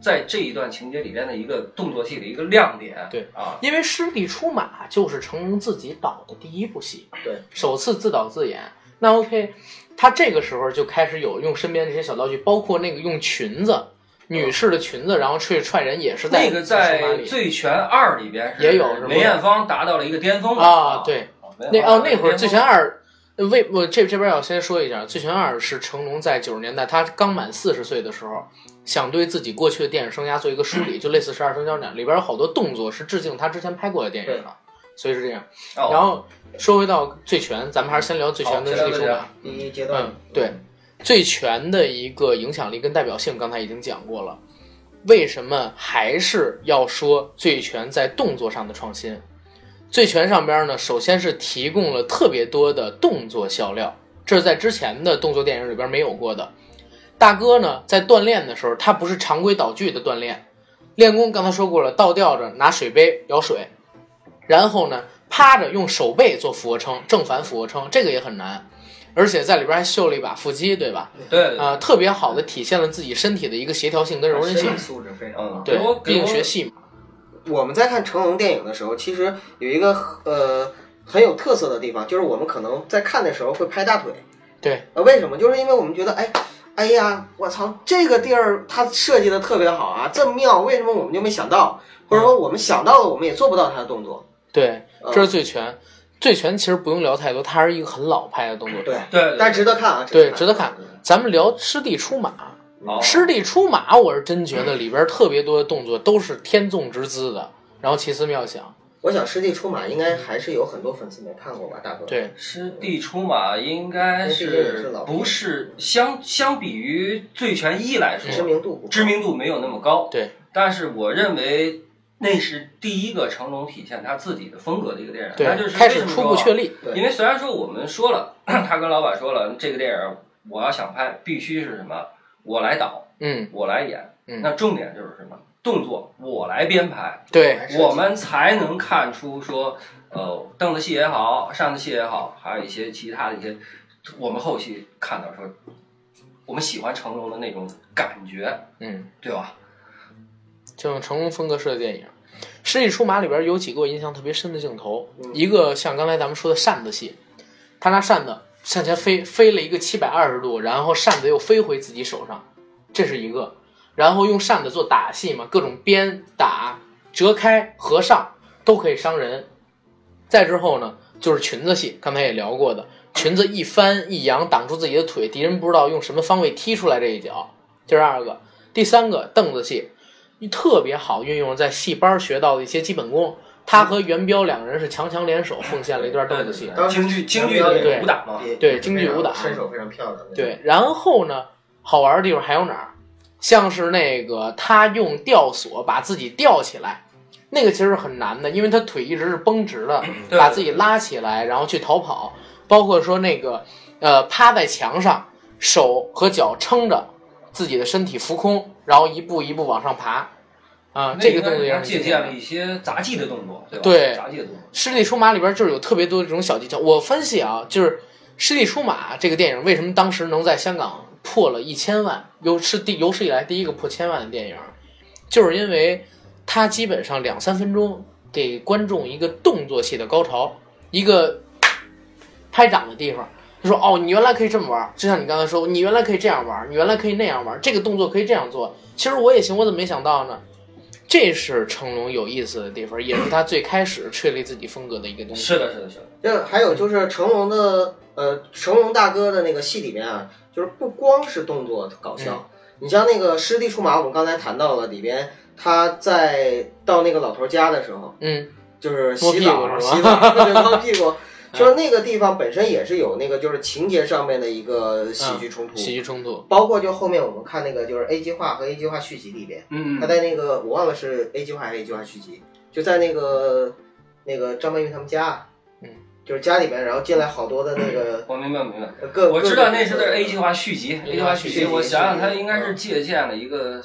S3: 在这一段情节里边的一个动作戏的一个亮点。
S1: 对
S3: 啊，
S1: 因为《师弟出马》就是成龙自己导的第一部戏，
S2: 对，
S1: 首次自导自演。那 OK，他这个时候就开始有用身边这些小道具，包括那个用裙子，女士的裙子，然后去踹人，也是在
S3: 那个
S1: 手把
S3: 在
S1: 里
S3: 《醉拳二》里边是
S1: 也有是吧
S3: 梅艳芳达到了一个巅峰
S1: 啊，，对，那
S3: 梅艳芳
S1: 哦那会儿《醉拳
S3: 达到了
S1: 二》呃为我这这边要先说一下，《醉拳二》是成龙在九十年代他刚满四十岁的时候，想对自己过去的电影生涯做一个梳理，就类似《十二生肖展》里边有好多动作是致敬他之前拍过的电影的，所以是这样。
S3: 巅峰，
S1: 然
S3: 哦
S1: 后说回到《醉拳》，咱们还是先聊《醉拳
S3: 好》
S1: 跟
S3: 先
S1: 《
S3: 聊
S1: 地出
S3: 醉
S1: 马
S3: 拳》。
S2: 第一阶段啊
S1: 嗯，，对，最全的一个影响力跟代表性，刚才已经讲过了。为什么还是要说醉拳在动作上的创新？醉拳上边呢，首先是提供了特别多的动作笑料，这是在之前的动作电影里边没有过的。大哥呢，在锻炼的时候，他不是常规道具的锻炼，练功刚才说过了，倒吊着拿水杯舀水，然后呢趴着用手背做俯卧撑，正反俯卧撑，这个也很难。而且在里边还秀了一把腹肌，对吧？
S3: 对对
S1: 啊、特别好的体现了自己身体的一个协调性跟柔韧性
S2: 身体。素质非常
S3: 嗯
S2: 好。
S1: 对
S3: 给我，
S1: 毕
S3: 给
S1: 竟
S3: 我
S1: 学戏嘛。
S2: 我们在看成龙电影的时候，其实有一个呃很有特色的地方，就是我们可能在看的时候会拍大腿。
S1: 对，
S2: 呃，为什么？就是因为我们觉得，哎，哎呀，我操，这个地儿它设计的特别好啊，这么妙，为什么我们就没想到？或者说我们想到了，我们也做不到他的动作。
S1: 对，
S2: 嗯
S1: 这是醉拳。醉拳其实不用聊太多，它是一个很老派的动作。
S2: 对，
S3: 对对，
S2: 但值得看啊，
S1: 对，值得看。咱们聊《师弟出马》，
S3: 好
S1: 师弟出马》我是真觉得里边特别多的动作都是天纵之姿的，然后奇思妙想。
S2: 我想《师弟出马》应该还是有很多粉丝没看过吧，大哥。，
S1: 对，
S3: 师弟出马应该是不是相相比于《醉拳一》来
S2: 知
S3: 说，
S2: 名度不高
S3: 知名度没有那么高。
S1: 对，
S3: 但是我认为那是第一个成龙体现他自己的风格的一个电影，那就
S1: 对，
S3: 是
S1: 开始
S3: 为什么
S1: 初
S3: 说
S1: 步确立，
S2: 对
S3: 因为虽然说我们说了， 他跟老板说了，这个电影我要想拍，必须是什么，我来导，
S1: 嗯
S3: 我来演。
S1: 嗯
S3: 那重点就是什么？动作我来编排，
S1: 对，
S3: 我们才能看出说，呃，凳子戏也好，扇子戏也好，还有一些其他的一些，我们后期看到说，我们喜欢成龙的那种感觉，
S1: 嗯，
S3: 对吧？
S1: 就用成龙风格式的电影。《十里出马》里边有几个我印象特别深的镜头，
S2: 嗯
S1: 一个像刚才咱们说的扇子戏，他拿扇子向前飞，飞了一个七百二十度，然后扇子又飞回自己手上，这是一个。然后用扇子做打戏嘛，各种鞭打、折开、合上都可以伤人。再之后呢，就是裙子戏，刚才也聊过的，裙子一翻一扬挡住自己的腿，敌人不知道用什么方位踢出来这一脚，这是二个。第三个凳子戏，特别好运用了在戏班学到的一些基本功。他和元彪两个人是强强联手，奉献了一段凳子戏。
S2: 当时
S3: 京剧京剧的那
S1: 对
S3: 个武打嘛，
S2: 也
S1: 对
S2: 也是
S1: 京剧
S2: 非常
S1: 武打
S2: 身手非常漂亮的。
S1: 对，然后呢，好玩的地方还有哪儿？像是那个他用吊索把自己吊起来，那个其实是很难的，因为他腿一直是绷直的，
S3: 对
S1: 把自己拉起来，然后去逃跑。包括说那个呃趴在墙上，手和脚撑着自己的身体浮空，然后一步一步往上爬。啊、
S3: 那
S1: 这个
S3: 应该
S1: 动作
S3: 是
S1: 也
S3: 他
S1: 是
S3: 借鉴了一些杂技的动作，对吧？
S1: 对
S3: 杂技的动作。
S1: 《师弟出马》里边就是有特别多这种小技巧。我分析啊，就是《师弟出马》这个电影为什么当时能在香港破了一千万，有是第有史以来第一个破千万的电影，就是因为它基本上两三分钟给观众一个动作戏的高潮，一个拍掌的地方。就说哦，你原来可以这么玩，就像你刚才说，你原来可以这样玩，你原来可以那样玩，这个动作可以这样做。其实我也行，我怎么没想到呢？这是成龙有意思的地方，也是他最开始确立自己风格的一个东西。
S3: 是的，是的，是的，
S2: 这还有就是成龙的呃，成龙大哥的那个戏里面啊，就是不光是动作搞笑，
S1: 嗯
S2: 你像那个《师弟出马》，我们刚才谈到了里边，他在到那个老头家的时候，
S1: 嗯，
S2: 就是
S1: 摸
S2: 洗
S1: 屁
S2: 澡
S1: 股是吧
S2: 洗澡， 对，摸屁 股。嗯就是那个地方本身也是有那个就是情节上面的一个喜剧冲突，
S1: 喜剧冲突，
S2: 包括就后面我们看那个就是 A 计划和 A 计划续集里边，
S3: 嗯
S2: 他在那个我忘了是 A 计划还是 A 计划续集，就在那个那个张曼玉他们家，
S1: 嗯，
S2: 就是家里面，然后进来好多的那个
S3: 我明白，明白。
S2: 呃各，
S3: 嗯我知道那是
S2: 各个
S3: A 计划续集，A
S1: 计
S3: 计
S1: 划
S3: 划
S1: 续
S3: 续
S2: 集嗯
S3: 集，我想想，它应该是借鉴了一个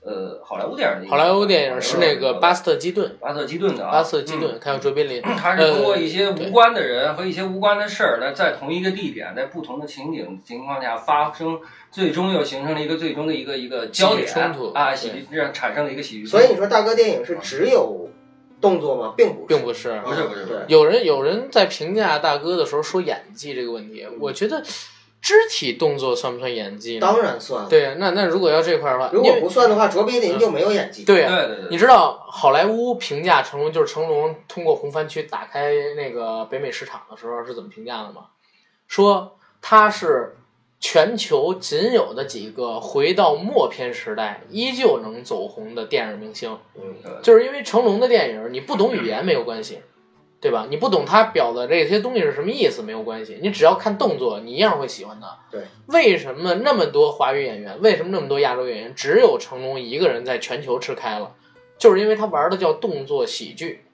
S3: 呃好莱坞电影的一个。呃
S1: 好莱坞电影是那个巴斯特基顿，
S3: 巴特基顿的嗯啊，
S1: 巴斯特基顿，还有卓别林，
S3: 嗯。它是通过一些
S1: 对
S3: 无关的人和一些无关的事儿，呢，在同一个地点，在不同的情景情况下发生，最终又形成了一个最终的一个一个焦点
S1: 喜剧冲突
S3: 啊，
S1: 对
S3: 喜剧这样产生了一个喜剧冲
S2: 所
S3: 突。
S2: 以你说大哥电影是只有动作吗？并
S1: 呃
S2: 不是，
S1: 并不是。
S3: 不是不是不
S2: 对
S3: 是，
S1: 有人有人在评价大哥的时候说演技这个问题，我觉得肢体动作算不算演技呢？
S2: 当然算了。
S1: 对呀，那那如果要这块儿的话，
S2: 如
S1: 因
S2: 果
S1: 为
S2: 不算的话，卓别林
S3: 嗯
S2: 就没有演技。
S1: 对啊
S3: 对
S1: 呀，
S3: 对对
S1: 你
S3: 对，
S1: 知道好莱坞评价成龙，就是成龙通过红番区打开那个北美市场的时候是怎么评价的吗？说他是全球仅有的几个回到默片时代依旧能走红的电影明星，
S2: 嗯，
S1: 就是因为成龙的电影，你不懂语言没有关系，对吧？你不懂他表的这些东西是什么意思没有关系，你只要看动作，你一样会喜欢他。
S2: 对，
S1: 为什么那么多华语演员，为什么那么多亚洲演员，只有成龙一个人在全球吃开了？就是因为他玩的叫动作喜剧，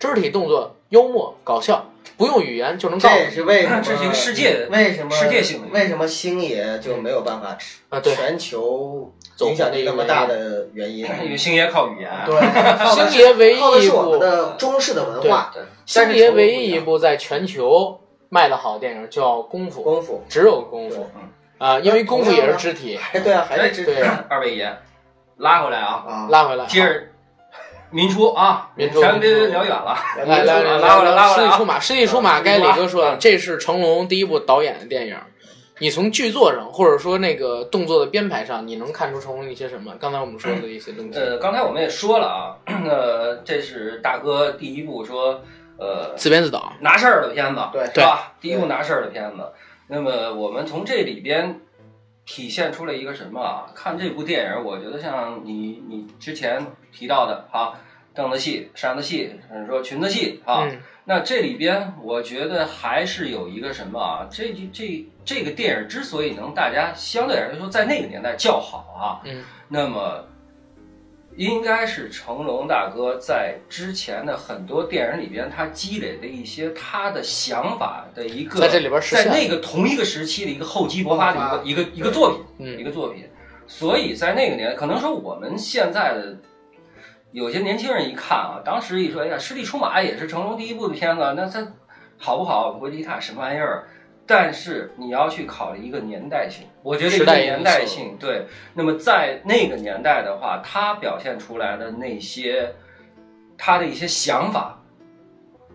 S1: 肢体动作幽默搞笑，不用语言就能告
S2: 这
S1: 诉
S2: 也
S1: 你
S2: 是为什 么嗯
S3: 这是一个世界
S2: 为什么
S3: 世界性的
S2: 为什么星爷就没有办法吃
S1: 啊！对，
S2: 全球
S1: 走
S2: 影响力那么大
S1: 红的
S2: 的原因？
S3: 因为哎星爷靠语言，
S2: 对，
S1: 星爷唯
S2: 靠的
S1: 一一
S2: 是我们
S1: 部，
S2: 的中式的文化，但
S1: 星
S2: 是
S1: 爷
S2: 成龙不
S1: 唯
S2: 一
S1: 一一
S2: 样
S1: 部在全球卖的好的电影叫《功夫》，
S2: 功夫。
S1: 只有功夫
S2: 对
S3: 嗯
S1: 啊，因为功夫也是肢体。
S2: 哎，对啊，还是知
S1: 对
S3: 二位爷拉回来啊，
S2: 啊，
S1: 拉回来，
S3: 接着民初啊，
S1: 民初
S3: 咱们别别聊远了。
S1: 好来来来
S3: 拉回来拉
S1: 狮
S3: 回来啊
S1: 子出马，狮子出马，该李哥说了，
S3: 嗯
S1: 这是成龙第一部导演的电影。你从剧作上，或者说那个动作的编排上，你能看出成龙一些什么？刚才我们说的一些东西，
S3: 呃，刚才我们也说了啊， 呃，这是大哥第一部说，呃，
S1: 自编自导，
S3: 拿事儿的片子，
S2: 对
S3: 是吧？第一部拿事儿的片子。那么我们从这里边体现出了一个什么啊？看这部电影，我觉得像你你之前提到的啊，凳子戏、扇子戏，嗯，说裙子戏啊，
S1: 嗯，
S3: 那这里边，我觉得还是有一个什么啊？这这这这个电影之所以能大家相对来说在那个年代叫好啊，
S1: 嗯，
S3: 那么应该是成龙大哥在之前的很多电影里边，他积累的一些他的想法的一个，
S1: 在这里边实现
S3: 在那个同一个时期的一个厚积薄发的一个一个一个作品，
S1: 嗯
S3: 一个作品。所以在那个年代，可能说我们现在的有些年轻人一看啊，当时一说，哎呀，《师弟出马》也是成龙第一部的片子，那他好不好？我回去一看，什么玩意儿？但是你要去考虑一个年代性，我觉得一
S1: 时
S3: 个
S1: 代因素
S3: 年代性对。那么在那个年代的话，他表现出来的那些他的一些想法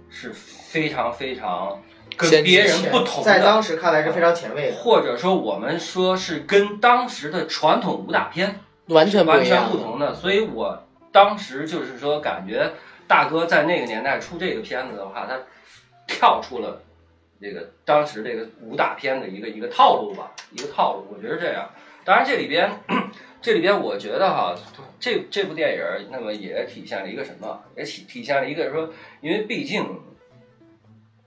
S3: 是非常非常跟
S1: 先
S3: 别
S1: 知
S3: 人
S1: 前
S3: 不同的，
S2: 在当时看来是非常前卫的。
S3: 或者说我们说是跟当时的传统武打片
S1: 完全不
S3: 完
S1: 一
S3: 全
S1: 样，
S3: 不同的，所以我当时就是说，感觉大哥在那个年代出这个片子的话，他跳出了这个当时这个武打片的一个一个套路吧，一个套路，我觉得这样。当然这里边这里边我觉得哈，这这部电影儿那么也体现了一个什么，也体体现了一个说，因为毕竟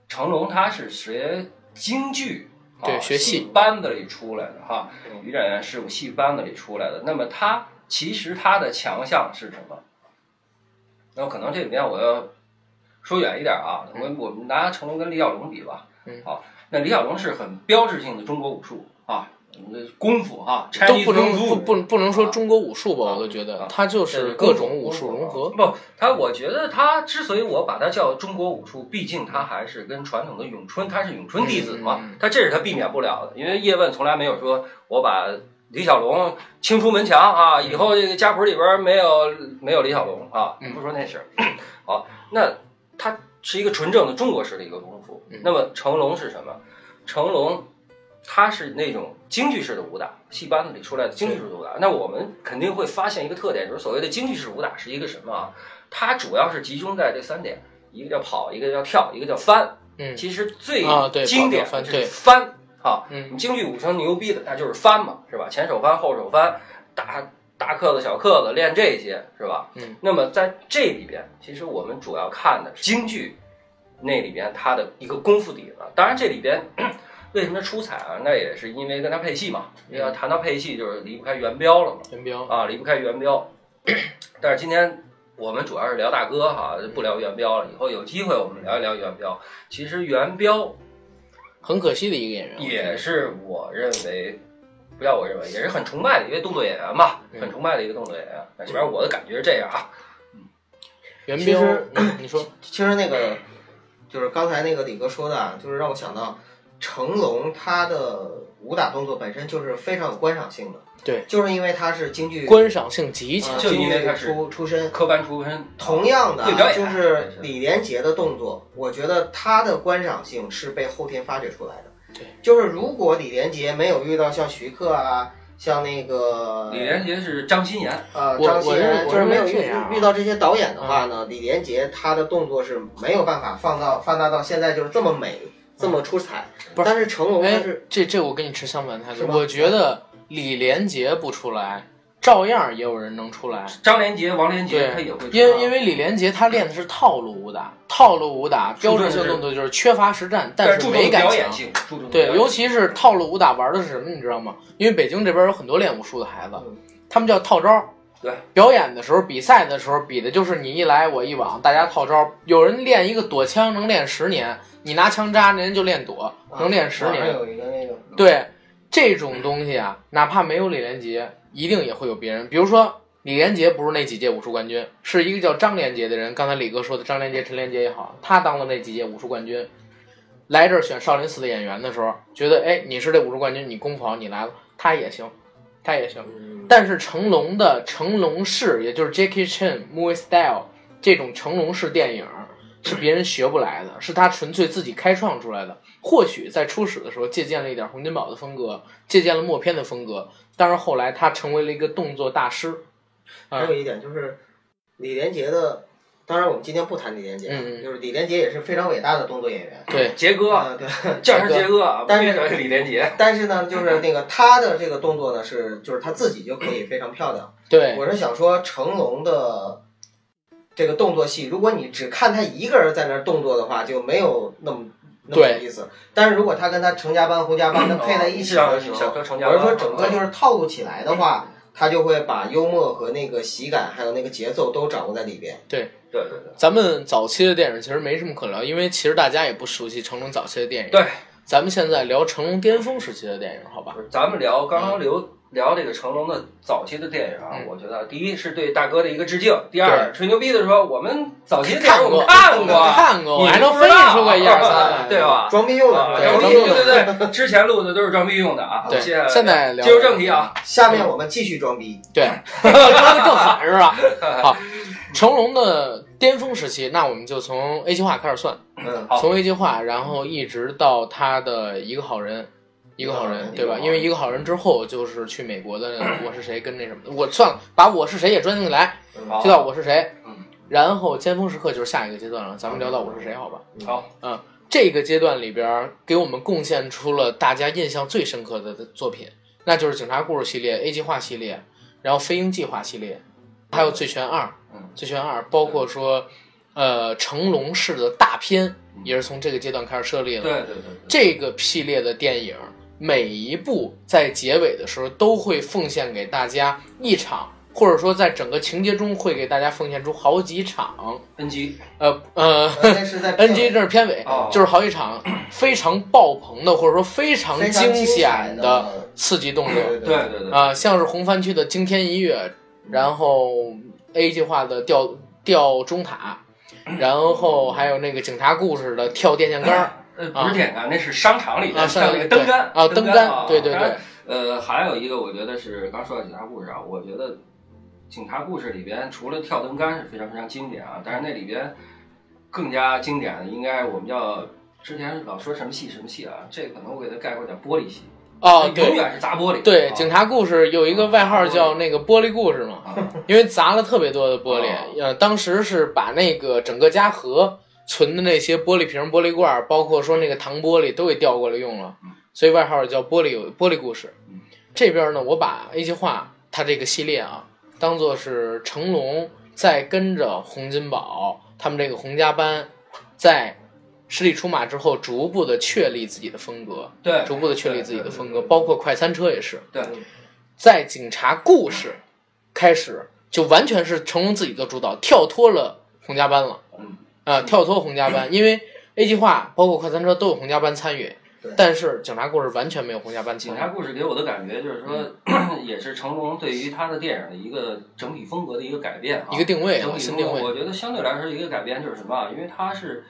S3: 成龙他是学京剧。啊
S1: 对学戏
S3: 戏班子里出来的哈，
S2: 嗯
S3: 于正元是我戏班子里出来的。那么他其实他的强项是什么？那可能这里面我要说远一点啊，我我们拿成龙跟李小龙比吧。
S1: 嗯
S3: 好，那李小龙是很标志性的中国武术啊，我们的功夫哈、c h i
S1: 都
S3: n e s e
S1: 不能不不不能说
S3: 啊
S1: 中国武术吧，
S3: 啊
S1: 我都觉得
S3: 啊
S1: 它就是各种武术融合。
S3: 不，他我觉得他之所以我把它叫中国武术，毕竟他还是跟传统的咏春，他是咏春弟子嘛
S1: 嗯，
S3: 他这是他避免不了的。因为叶问从来没有说我把李小龙清出门墙啊，以后这个家谱里边没有没有李小龙啊，
S1: 嗯
S3: 不说那事儿。好，那他是一个纯正的中国式的一个功夫
S1: 嗯。
S3: 那么成龙是什么？成龙他是那种京剧式的武打，戏班子里出来的京剧式的武打。那我们肯定会发现一个特点，就是所谓的京剧式武打是一个什么啊？它主要是集中在这三点：一个叫跑，一个叫跳，一个叫翻。
S1: 嗯
S3: 其实最
S1: 啊对
S3: 经典
S1: 跑跳翻
S3: 的就是
S1: 对
S3: 翻啊。
S1: 嗯，
S3: 京剧武生牛逼的那就是翻嘛，是吧？前手翻，后手翻，大大刻子、小刻子，练这些是吧？
S1: 嗯。
S3: 那么在这里边，其实我们主要看的是京剧那里边它的一个功夫底子。当然，这里边为什么出彩啊？那也是因为跟他配戏嘛。
S1: 嗯
S3: 要谈到配戏，就是离不开元彪了嘛。
S1: 元彪，
S3: 啊，离不开元彪。 但是今天我们主要是聊大哥哈，不聊元彪了。以后有机会我们聊一聊元彪。其实元彪
S1: 很可惜的一个演员，
S3: 也是我认为，不要我认为，也是很崇拜的一位动作演员吧，
S1: 嗯
S3: 很崇拜的一个动作演员。那这边我的感觉是这样啊，
S1: 元
S2: 其
S1: 彪
S2: 实，
S1: 嗯你说
S2: 其实那个就是刚才那个李哥说的，啊，就是让我想到成龙他的武打动作本身就是非常有观赏性的，
S1: 对，
S2: 就是因为他是京剧
S1: 观赏性极强
S2: 呃，
S3: 就因
S2: 京
S3: 为
S2: 剧
S3: 他是
S2: 出出身。
S3: 科班出身，
S2: 同样的
S3: 会表
S2: 啊，
S3: 演
S2: 就是李连杰的动作，我觉得他的观赏性是被后天发掘出来的
S1: 对。
S2: 就是如果李连杰没有遇到像徐克啊，像那个
S3: 李连杰是张欣妍，
S2: 呃，
S1: 我
S2: 张欣
S1: 我认为
S2: 然就是没有
S1: 我认为
S2: 遇
S1: 这样啊嗯
S2: 遇到这些导演的话呢，李连杰他的动作是没有办法放到放大到现在就是这么美、这么出彩。
S1: 嗯不是
S2: 但是成龙他
S1: 哎
S2: 是，
S1: 这这我跟你持相反的态度
S2: 是，吗
S1: 我觉得李连杰不出来，照样也有人能出来。
S3: 张连杰、王连杰，
S1: 对
S3: 他也会出
S1: 因
S3: 啊
S1: 为因为李连杰他练的是套路武打，套路武打标志性动作就是缺乏实战，
S3: 但
S1: 但
S3: 注
S1: 美
S3: 重
S1: 感
S3: 表演
S1: 强。
S3: 性，注重
S1: 对
S3: 表，演
S1: 尤
S3: 性
S1: 其是套路武打玩的是什么，你知道吗？因为北京这边有很多练武术的孩子，他们叫套招。
S3: 嗯对，
S1: 表演的时候、比赛的时候，比的就是你一来我一往，大家套招。有人练一个躲枪能练十年，你拿枪扎，人家就练躲，
S2: 啊
S1: 能练十
S2: 网上
S1: 年。
S2: 有一个那个
S1: 对，这种东西啊，哪怕没有李连杰，一定也会有别人。比如说李连杰不是那几届武术冠军，是一个叫张连杰的人。刚才李哥说的张连杰、陈连杰也好，他当了那几届武术冠军。来这儿选少林寺的演员的时候，觉得哎，你是这武术冠军，你功夫好，你来了，他也行，他也行。但是成龙的成龙式，也就是 Jackie Chan movie style 这种成龙式电影，是别人学不来的，是他纯粹自己开创出来的。或许在初始的时候借鉴了一点洪金宝的风格，借鉴了默片的风格，但是后来他成为了一个动作大师。啊
S2: 还有一点就是李连杰的，当然我们今天不谈李连杰，啊
S1: 嗯嗯
S2: 就是李连杰也是非常伟大的动作演员。
S1: 对，
S3: 杰哥，
S2: 啊，对。
S1: 嗯
S3: 叫声杰哥啊，
S2: 但
S3: 不
S2: 是
S3: 是李连杰，
S2: 但是呢，就是那个他的这个动作呢，是就是他自己就可以非常漂亮。
S1: 对，
S2: 我是想说成龙的这个动作戏，如果你只看他一个人在那儿动作的话，就没有那么那么
S1: 对
S2: 有意思。但是如 果他跟他成家班、胡家班他配在一起
S3: 哦
S2: 的
S3: 你
S2: 时
S3: 是
S2: 候，
S3: 想想说成家啊
S2: 我
S3: 班
S2: 是说整个就是套路起来的话，他就会把幽默和那个喜感，还有那个节奏都掌握在里边。
S3: 对对对
S1: 咱们早期的电影其实没什么可聊，因为其实大家也不熟悉成龙早期的电影。
S3: 对，
S1: 咱们现在聊成龙巅峰时期的电影，好吧
S3: 不？是，咱们聊刚刚聊聊这个成龙的早期的电影啊，
S1: 嗯
S3: 我觉得第一是对大哥的一个致敬，第二吹牛逼的说我们早期的电
S1: 看
S3: 影我
S1: 过，
S3: 们看过，
S1: 看过，
S3: 你
S1: 我还能
S3: 不
S1: 分
S3: 知
S1: 析
S3: 道
S1: 出个一二 三来。
S3: 对吧？
S2: 装逼用的，
S3: 啊
S1: 对
S3: 对
S2: 装
S1: 装
S2: 逼
S1: 逼
S2: 用
S1: 用
S2: 的。
S3: 对对，之前录的都是装逼用的啊。
S1: 对
S3: 现在
S1: 现在聊
S3: 进入正题啊，
S2: 下面我们继续装逼。
S1: 对，说的更狠是吧？好，成龙的巅峰时期，那我们就从 A 计划开始算，
S2: 嗯，
S3: 好
S1: 从 A 计划，然后一直到他的一个好人。一个好
S2: 一个好
S1: 人，
S2: 人
S1: 对吧？
S3: 一个好人
S1: 因为一个好人之后就是去美国的，我是谁跟那什么的，我算了，把我是谁也装进来，
S3: 好
S1: 知道我是谁
S3: 嗯。
S1: 然后尖峰时刻就是下一个阶段了，咱们聊到我是谁，好吧？
S3: 好，
S1: 嗯这个阶段里边儿给我们贡献出了大家印象最深刻的作品，那就是《警察故事》系列、A 计划系列，然后《飞鹰计划》系列，还有《醉拳二》。
S3: 嗯
S1: 《醉拳二》包括说，呃，成龙式的大片也是从这个阶段开始设立
S3: 对
S1: 的。
S3: 对对对，
S1: 这个系列的电影，每一部在结尾的时候都会奉献给大家一场，或者说在整个情节中会给大家奉献出好几场。
S3: N G
S1: 呃呃。
S2: 那是在
S1: NG 这是片尾，
S3: 哦
S1: 就是好几场非常爆棚的，或者说非常
S2: 非常
S1: 惊
S2: 精彩
S1: 险的
S2: 的，
S1: 刺激动作
S2: 对
S3: 对对对，
S1: 啊、像是红番区的惊天一跃，然后 A 计划的吊吊钟塔，然后还有那个警察故事的跳电线杆 儿
S3: 呃，
S1: 啊
S3: 不是电影杆，那是商场里
S1: 啊
S3: 的，
S1: 上
S3: 像那个灯杆
S1: 啊
S3: 灯
S1: 灯
S3: 杆，
S1: 杆，对对
S3: 当然
S1: 对，
S3: 呃，还有一个我觉得是刚说到警察故事啊，我觉得警察故事里边除了跳灯杆是非常非常经典啊，但是那里边更加经典的应该我们叫之前老说什么戏什么戏啊，这可能我给它概括叫玻璃戏
S1: 哦
S3: 它永
S1: 对。
S3: 远是砸玻璃，
S1: 对，
S3: 啊
S1: 警察故事有一个外号叫那个玻璃故事嘛，
S3: 啊，
S1: 因为砸了特别多的玻璃
S3: 哦。
S1: 呃，当时是把那个整个家和存的那些玻璃瓶、玻璃罐儿，包括说那个糖玻璃都给调过来用了
S3: 嗯，
S1: 所以外号叫玻璃有玻璃故事
S3: 嗯。
S1: 这边呢，我把 A 计划它这个系列啊，当做是成龙在跟着洪金宝他们这个洪家班，在十里出马之后，逐步的确立自己的风格。
S3: 对
S1: 逐步的确立自己的风格，
S3: 对对对
S1: 包括快餐车也是。
S3: 对，
S1: 在警察故事开始就完全是成龙自己做主导，跳脱了洪家班了。
S3: 嗯，
S1: 啊、跳脱洪家 班，因为 A 计划包括快餐车都有洪家班参与
S2: 对，
S1: 但是警察故事完全没有洪家班参
S3: 警
S1: 与
S3: 察。故事给我的感觉就是说，
S1: 嗯
S3: 也是成龙对于他的电影的一个整体风格的一个改变啊，
S1: 一个定位啊
S3: 整，体
S1: 新
S3: 风
S1: 定
S3: 格。
S1: 位，
S3: 我觉得相对来说一个改变就是什么啊？因为他是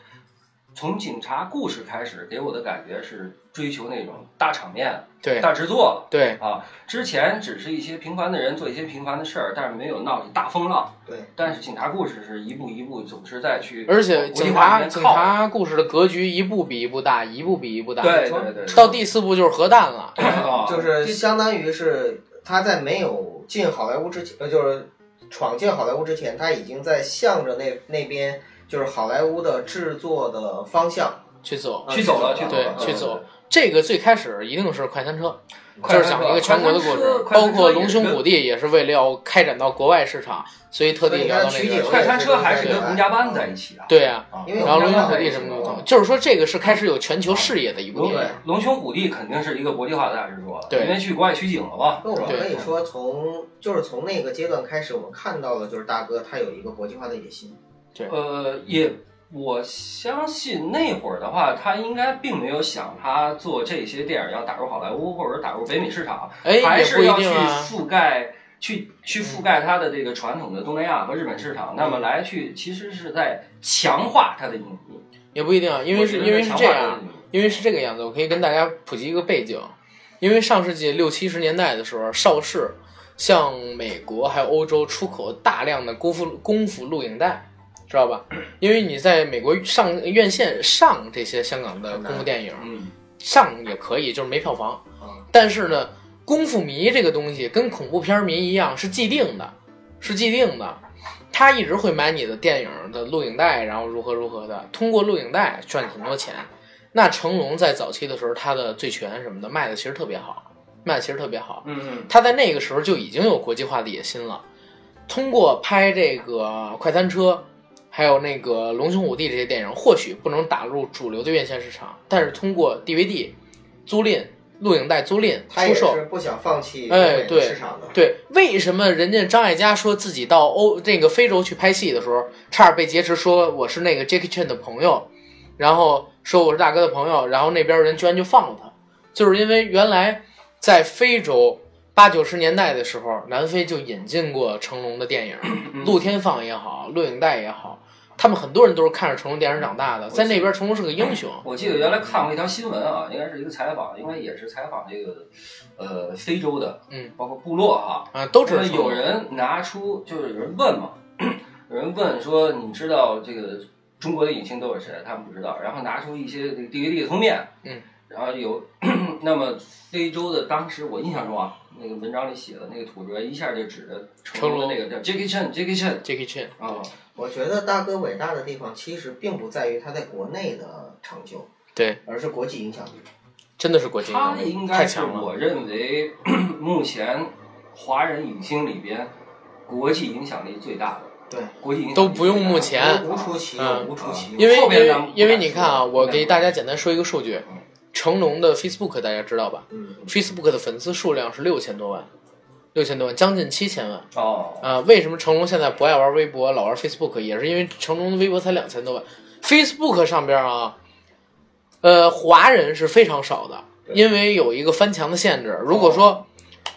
S3: 从警察故事开始，给我的感觉是追求那种大场面、
S1: 对
S3: 大制作
S1: 对
S3: 啊。之前只是一些平凡的人做一些平凡的事儿，但是没有闹起大风浪。
S2: 对，
S3: 但是警察故事是一步一步总是在去
S1: 而且
S3: 国际
S1: 警
S3: 化里
S1: 察
S3: 面
S1: 警
S3: 靠
S1: 察故事的格局一步比一步大，一步比一步大。
S3: 对对对，
S1: 到第四部就是核弹了。
S3: 啊
S2: 就是相当于是他在没有进好莱坞之前，呃，就是闯进好莱坞之前，他已经在向着那那边就是好莱坞的制作的方向
S1: 去走
S3: 去走了，
S2: 啊
S3: 去走
S1: 对
S3: 了，
S1: 去
S3: 嗯
S1: 走。这个最开始一定是快餐车，
S3: 快
S1: 就
S3: 餐
S1: 是讲了一
S3: 车
S1: 个全国的故
S3: 快餐
S1: 事
S3: 车，快
S1: 包
S3: 餐车
S1: 括
S3: 也
S1: 龙兄
S3: 跟
S1: 虎弟也是为了要开展到国外市场，所以特
S2: 所
S1: 地
S2: 以
S1: 聊
S2: 它
S1: 到那
S2: 取景
S1: 个。
S3: 快餐车还是跟洪家班在一起啊。
S1: 对啊，
S3: 啊，
S2: 因为
S1: 然后龙
S2: 龙
S1: 兄
S2: 兄
S1: 虎
S2: 虎
S1: 弟
S2: 弟
S1: 什么
S2: 都
S1: 的，
S2: 懂
S1: 就是说这个是开始有全球视野的一部
S3: 龙
S1: 电影。
S3: 龙兄虎弟肯定是一个国际化的大制作了，
S1: 对
S3: 因为去国外取景了嘛。
S2: 那我们
S1: 对
S2: 可以说从就是从那个阶段开始，我们看到了就是大哥他有一个国际化的野心。
S3: 呃，也我相信那会儿的话，他应该并没有想他做这些电影要打入好莱坞或者打入北美市场，
S1: 哎，
S3: 还
S1: 也不
S3: 是
S1: 一
S3: 要去
S1: 定啊。
S3: 覆盖。去去覆盖它的这个传统的东南亚和日本市场，
S1: 嗯
S3: 那么来去其实是在强化它的影迷，
S1: 也不一定啊，因为是
S3: 我觉得
S1: 因为是
S3: 强
S1: 这
S3: 化它的
S1: 样，
S3: 影迷
S1: 因为是这个样子，我可以跟大家普及一个背景。因为上世纪六七十年代的时候，邵氏向美国还有欧洲出口大量的功夫功夫录影带，知道吧？因为你在美国上院线上这些香港的功夫电影，
S3: 嗯，
S1: 上也可以，就是没票房
S2: 嗯。
S1: 但是呢，功夫迷这个东西跟恐怖片迷一样，是既定的，是既定的。他一直会买你的电影的录影带，然后如何如何的，通过录影带赚很多钱。那成龙在早期的时候，他的《醉拳》什么的卖的其实特别好，卖的其实特别好。
S3: 嗯嗯，
S1: 他在那个时候就已经有国际化的野心了，通过拍这个快餐车，还有那个《龙兄虎弟》这些电影，或许不能打入主流的院线市场，但是通过 DVD 租赁录影带租赁
S2: 他
S1: 出
S2: 也
S1: 售
S2: 是。不想放弃欧
S1: 哎
S2: 美的
S1: 对
S2: 市场的。
S1: 对，为什么人家张艾嘉说自己到欧那个非洲去拍戏的时候，差点被劫持，说我是那个 Jackie Chan 的朋友，然后说我是大哥的朋友，然后那边人居然就放了他，就是因为原来在非洲八九十年代的时候，南非就引进过成龙的电
S3: 嗯
S1: 影，露天放也好，录影带也好，他们很多人都是看着成龙电影长大的，在那边成龙是个英雄。
S3: 我记得原来看过一条新闻啊，应该是一个采访，应该也是采访这个呃非洲的，
S1: 嗯，
S3: 包括部落哈、
S1: 啊，都知
S3: 那
S1: 道
S3: 么
S1: 成
S3: 有
S1: 龙
S3: 人拿出，就是有人问嘛，有人问说，你知道这个中国的影星都有谁？他们不知道，然后拿出一些这个 DVD 的封面，
S1: 嗯，
S3: 然后有， 那么非洲的当时我印象中啊，那个文章里写的那个土著一下就指着成龙的那个叫 Jackie Chan，Jackie Chan
S1: Jackie Chan，
S3: 啊，
S2: 我觉得大哥伟大的地方，其实并不在于他在国内的成就，
S1: 对，
S2: 而是国际影响力。
S1: 真的是国际影
S3: 他
S1: 响
S3: 应
S1: 力，
S3: 该
S1: 太
S3: 是
S1: 强了。
S3: 我认为 目前华人影星里边国际影响力最大的，
S2: 对，
S3: 国际影响力
S1: 都不用
S3: 最大的
S1: 目前
S2: 无出其右，
S1: 嗯
S2: 无出其右。
S1: 因为
S3: 后
S1: 因
S3: 面
S1: 为
S3: 咱们不
S1: 因为
S3: 敢
S1: 你
S3: 说
S1: 看啊，
S3: 了
S1: 我
S3: 嗯
S1: 给大家简单说一个数据，成龙的 Facebook 大家知道吧
S2: 嗯，
S1: ？Facebook 的粉丝数量是六千多万，六千多万，将近七千万。
S3: 哦，
S1: 啊，为什么成龙现在不爱玩微博，老玩 Facebook？也是因为成龙的微博才两千多万，Facebook 上边啊，呃，华人是非常少的，因为有一个翻墙的限制。如果说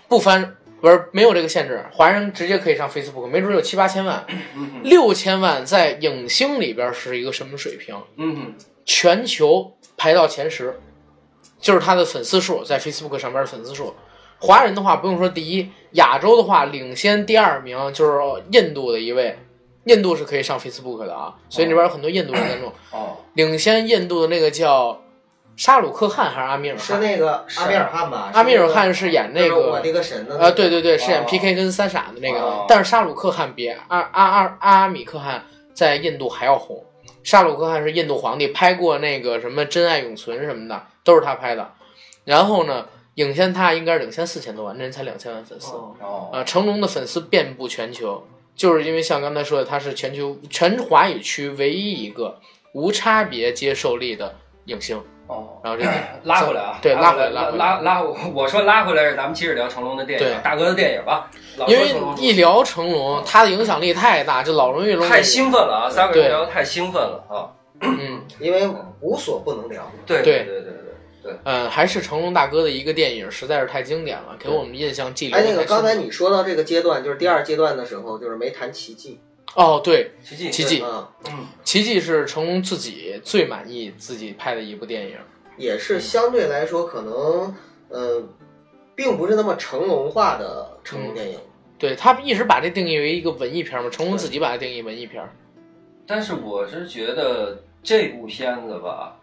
S1: 不翻，不是没有这个限制，华人直接可以上 Facebook，没准有七八千万，六千万在影星里边是一个什么水平？
S3: 嗯哼。
S1: 全球排到前十，就是他的粉丝数在 Facebook 上边的粉丝数。华人的话不用说第一，亚洲的话领先第二名就是印度的一位，印度是可以上 Facebook 的啊，所以那边有很多印度人在弄。
S3: 哦，
S1: 领先印度的那个叫沙鲁克汗还是阿米尔
S2: 是
S1: 汗？
S2: 那个阿米尔汗吧？
S1: 阿米尔
S2: 是那个
S1: 汗是演那
S2: 就是我
S1: 个
S2: 那个神的
S1: 呃，对对对，是演
S3: 哦
S1: PK 跟三傻的那个，
S3: 哦
S1: 但是沙鲁克汗比阿阿阿阿米克汗在印度还要红。沙鲁克汗是印度皇帝，拍过那个什么《真爱永存》什么的，都是他拍的。然后呢，影先他应该是领先四千多万，那人才两千万粉丝。
S2: 哦
S3: 哦，
S1: 呃，成龙的粉丝遍布全球，就是因为像刚才说的，他是全球全华语区唯一一个无差别接受力的影星。
S3: 哦，
S1: 然后这个
S3: 拉回来啊，
S1: 对
S3: 拉
S1: 拉回来
S3: 拉
S1: 拉回来
S3: 拉拉，我说拉回来，咱们接着聊成龙的电影，
S1: 对
S3: 大哥的电影吧。老
S1: 因
S3: 说
S1: 为
S3: 成龙
S1: 一聊成龙，他的影响力太大，这老容易容易
S3: 太兴奋了啊，三个人
S1: 对
S3: 聊的太兴奋了啊，
S1: 嗯。
S2: 因为无所不能聊。
S3: 对
S1: 对
S3: 对对对对，
S1: 嗯，还是成龙大哥的一个电影实在是太经典了，给我们印象记忆。
S2: 哎，那个刚才你说到这个阶段，就是第二阶段的时候，就是没谈奇迹。
S1: 哦，对，
S3: 奇迹
S1: 奇迹
S2: 嗯，
S3: 嗯，
S1: 《奇迹》是成龙自己最满意自己拍的一部电影。
S2: 也是相对来说可能，呃，并不是那么成龙化的成
S1: 嗯
S2: 龙电影。
S1: 对他一直把这定义为一个文艺片嘛，成龙自己把它定义文艺片。
S3: 但是我是觉得这部片子吧，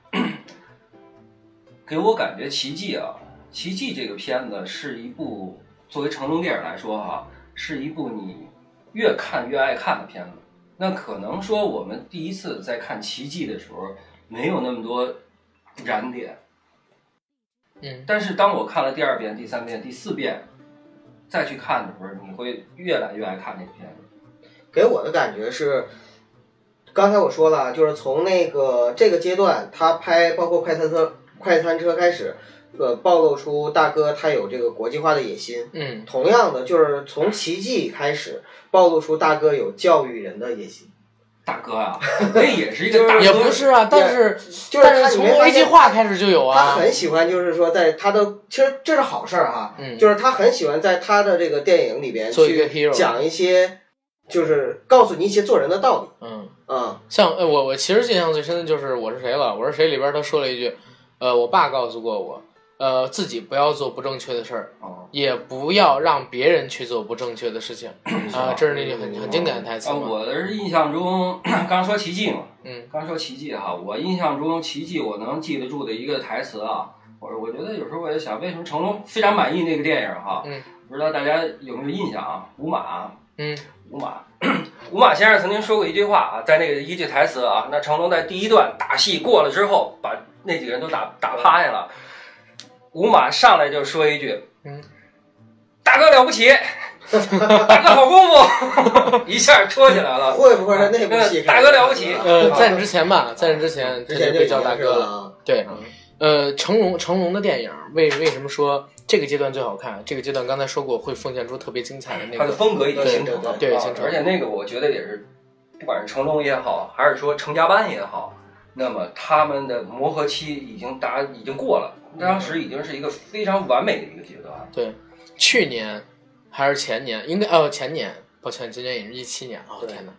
S3: 给我感觉《奇迹》啊，《奇迹》这个片子是一部作为成龙电影来说哈、是一部你越看越爱看的片子。那可能说我们第一次在看《奇迹》的时候，没有那么多燃点，
S1: 嗯，
S3: 但是当我看了第二遍、第三遍、第四遍，再去看的时候，你会越来越爱看这个片子。
S2: 给我的感觉是，刚才我说了，就是从那个这个阶段，他拍包括快餐车、快餐车开始，呃，暴露出大哥他有这个国际化的野心。
S1: 嗯，
S2: 同样的，就是从奇迹开始，暴露出大哥有教育人的野心。
S3: 大哥 啊，那也是一个大哥，
S1: 也不是啊，但是
S2: 就是
S1: 但
S2: 他
S1: 是
S2: 你
S1: 从
S2: 没发
S1: A 计
S2: 现
S1: 划开始就有
S2: 他
S1: 啊。
S2: 很喜欢，就是说，在他的其实这是好事儿、哈，
S1: 嗯
S2: 就是他很喜欢在他的这个电影里边
S1: 做一个
S2: 去
S1: hero
S2: 讲一些，就是告诉你一些做人的道理
S1: 嗯，
S2: 啊、
S1: 像呃我我其实印象最深的就是《我是谁了》，《我是谁》里边他说了一句，呃，我爸告诉过我，呃，自己不要做不正确的事儿，
S3: 哦
S1: 也不要让别人去做不正确的事情
S2: 嗯
S1: 啊，这是那句很很经典的台词
S3: 啊，
S1: 嘛。
S3: 我的印象中，刚说奇迹嘛，
S1: 嗯，
S3: 刚说奇迹哈，我印象中奇迹我能记得住的一个台词啊，我我觉得有时候我也想，为什么成龙非常满意那个电影哈？
S1: 嗯，
S3: 不知道大家有没有印象啊？五马，
S1: 嗯，
S3: 五马，五马先生曾经说过一句话啊，在那个一句台词啊，那成龙在第一段打戏过了之后，把那几个人都打打趴下了，五马上来就说一句，
S1: 嗯，
S3: 大哥了不起，大哥好功夫， 一下戳起
S1: 啊
S3: 来了。
S2: 会不会是那部戏？
S3: 大哥了不起
S1: 呃，在
S2: 在
S1: 你之前吧，在你之前他
S2: 啊之
S1: 就
S2: 前就
S1: 被叫大
S2: 已经是
S1: 哥
S2: 了
S1: 了。
S2: 啊。
S1: 对，呃，成龙成龙的电影为为什么说这个阶段最好看？这个阶段刚才说过会奉献出特别精彩的那
S3: 他的
S1: 个，
S3: 风格已经
S1: 对
S3: 形成了，
S1: 对对对
S3: 啊
S1: 形成了
S3: 而且那个我觉得也是，不管是成龙也好，还是说成家班也好，那么他们的磨合期已经达已经过了，
S1: 嗯
S3: 当时已经是一个非常完美的一个阶段。
S1: 对，去年还是前年，应该哦前年，抱歉，今年也是一七年哦，
S3: 对
S1: 天哪！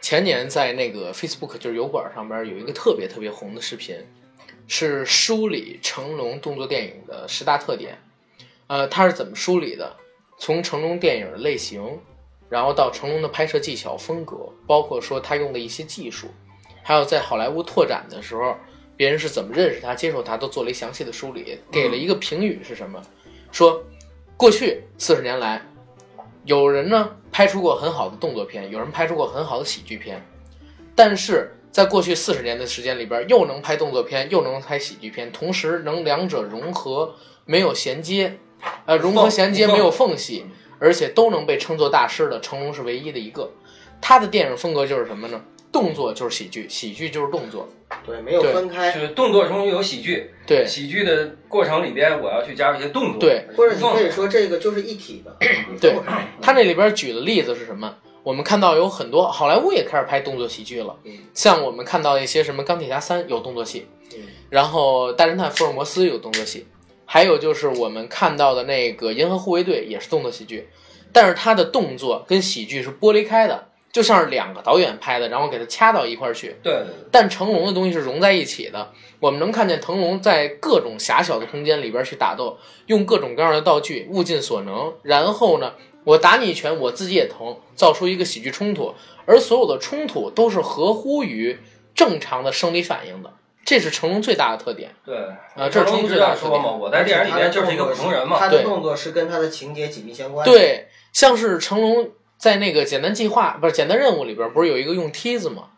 S1: 前年在那个 Facebook 就是油管上边有一个特别特别红的视频，是梳理成龙动作电影的十大特点。呃，它是怎么梳理的？从成龙电影的类型，然后到成龙的拍摄技巧、风格，包括说他用的一些技术，还有在好莱坞拓展的时候，别人是怎么认识他、接受他，都做了一详细的梳理，给了一个评语是什么？说过去四十年来，有人呢拍出过很好的动作片，有人拍出过很好的喜剧片，但是在过去四十年的时间里边，又能拍动作片，又能拍喜剧片，同时能两者融合，没有衔接，呃，融合衔接没有缝隙，而且都能被称作大师的成龙是唯一的一个。他的电影风格就是什么呢？动作就是喜剧，喜剧就是动作。
S2: 对，没有
S1: 对
S2: 分开
S3: 就。是动作中有喜剧，
S1: 哎对
S3: 喜剧的过程里边我要去加入一些动作，
S1: 对
S2: 或者你可以说这个就是一 体的，你分
S1: 对
S2: 不开。
S1: 他那里边举的例子是什么？我们看到有很多好莱坞也开始拍动作喜剧了，
S2: 嗯
S1: 像我们看到一些什么钢铁侠三有动作戏，
S2: 嗯
S1: 然后大侦探福尔摩斯有动作戏，还有就是我们看到的那个银河护卫队也是动作喜剧，但是他的动作跟喜剧是剥离开的，就像是两个导演拍的，然后给它掐到一块儿去。
S3: 对对对，
S1: 但成龙的东西是融在一起的。我们能看见成龙在各种狭小的空间里边去打斗，用各种各样的道具，物尽所能。然后呢，我打你一拳，我自己也疼，造出一个喜剧冲突。而所有的冲突都是合乎于正常的生理反应的，这是成龙最大的特点。
S3: 对，
S1: 啊这是
S3: 成龙一直这样说嘛，我在电影里面就是一个普通人嘛，
S2: 他的
S1: 对
S2: 动作是跟他的情节紧密相关。，
S1: 对，像是成龙在那个简单计划不是简单任务里边，不是有一个用梯子吗？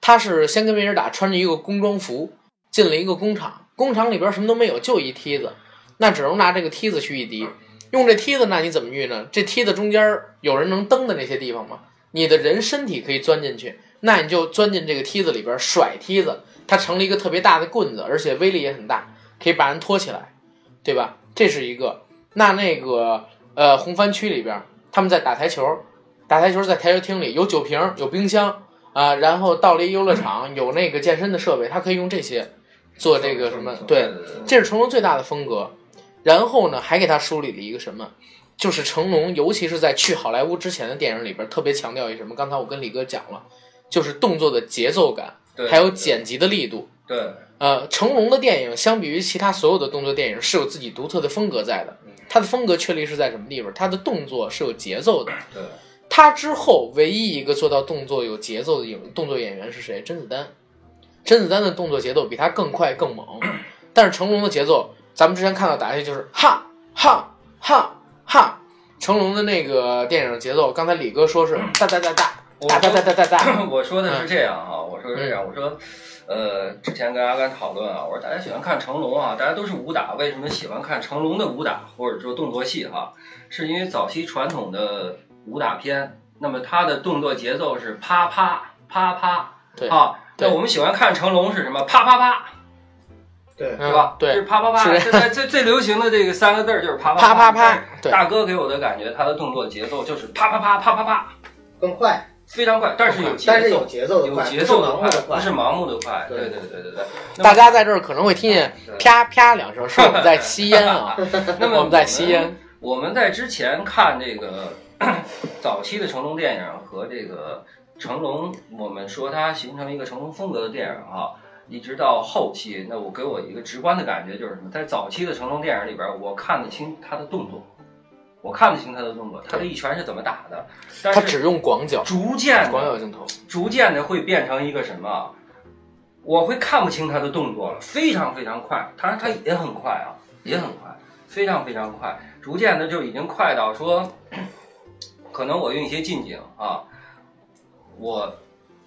S1: 他是先跟别人打，穿着一个工装服进了一个工厂，工厂里边什么都没有，就一梯子，那只能拿这个梯子去御敌。用这梯子，那你怎么御呢？这梯子中间有人能蹬的那些地方吗？你的人身体可以钻进去，那你就钻进这个梯子里边甩梯子，它成了一个特别大的棍子，而且威力也很大，可以把人拖起来，对吧？这是一个。那那个呃红番区里边，他们在打台球，打台球在台球厅里有酒瓶，有冰箱啊、然后到了一游乐场，有那个健身的设备，他可以用这些做这个什么对。这是成龙最大的风格。然后呢，还给他梳理了一个什么，就是成龙，尤其是在去好莱坞之前的电影里边，特别强调一什么？刚才我跟李哥讲了，就是动作的节奏感，
S3: 对，
S1: 还有剪辑的力度。
S3: 对，
S1: 呃，成龙的电影相比于其他所有的动作电影是有自己独特的风格在
S3: 嗯
S1: 的。他的风格确立是在什么地方？他的动作是有节奏的。
S3: 对对，
S1: 他之后唯一一个做到动作有节奏的影动作演员是谁？甄子丹。甄子丹的动作节奏比他更快更猛，但是成龙的节奏，咱们之前看到打下去就是哈哈哈哈。成龙的那个电影节奏，刚才李哥说是哒哒哒哒
S3: 我
S1: 哒哒哒哒哒哒，
S3: 我说的
S1: 嗯
S3: 是这样啊，我说的是这样，我说，呃，之前跟阿甘讨论啊，我说大家喜欢看成龙啊，大家都是武打，为什么喜欢看成龙的武打或者说动作戏哈、是因为早期传统的武打片，那么它的动作节奏是啪啪啪啪，
S1: 对
S3: 啊，
S1: 对
S3: 那我们喜欢看成龙是什么？啪啪啪，
S2: 对，
S1: 嗯
S3: 是吧？
S1: 对
S3: 是啪啪啪。
S1: 是
S3: 现在最最流行的这个三个字儿就是啪
S1: 啪啪
S3: 啪
S1: 啪。对
S3: 大哥给我的感觉，他的动作节奏就是啪啪啪啪啪啪，
S2: 更快，
S3: 非常快，但是有节奏，
S2: 但是有节奏的
S3: 有
S2: 快，
S3: 节奏的
S2: 不是盲目
S3: 不是盲目的
S2: 的快。
S3: 快。对
S2: 对
S3: 对对对对。那么
S1: 大家在这儿可能会听见啪啪两声，是我们在吸烟啊，
S3: 那么
S1: 我们在吸
S3: 我
S1: 烟
S3: 们。我们在之前看这个 早期的成龙电影和这个成龙，我们说它形成一个成龙风格的电影啊，一直到后期，那我给我一个直观的感觉就是什么，在早期的成龙电影里边，我看得清他的动作，我看得清他的动作，他的一拳是怎么打的，但
S1: 他只
S3: 是
S1: 用广角，
S3: 逐渐
S1: 广角
S3: 的
S1: 镜头。
S3: 逐渐的会变成一个什么，啊我会看不清他的动作了，非常非常快，当然他也很快啊，也很快，非常非常快，逐渐的就已经快到说， 可能我用一些近景啊，我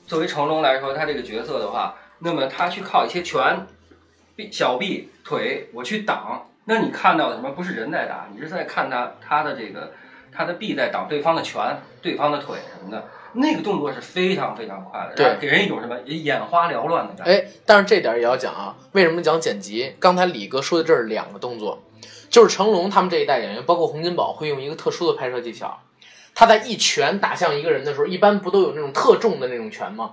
S3: 作为成龙来说，他这个角色的话，那么他去靠一些拳、臂、小臂、腿，我去挡，那你看到的什么？不是人在打，你是在看他他的这个他的臂在挡对方的拳、对方的腿什么的。那个动作是非常非常快的，
S1: 对
S3: 然后给人一种什么眼花缭乱的感觉。
S1: 哎，但是这点儿也要讲啊，为什么讲剪辑？刚才李哥说的这是两个动作，就是成龙他们这一代演员，包括洪金宝，会用一个特殊的拍摄技巧。他在一拳打向一个人的时候，一般不都有那种特重的那种拳吗？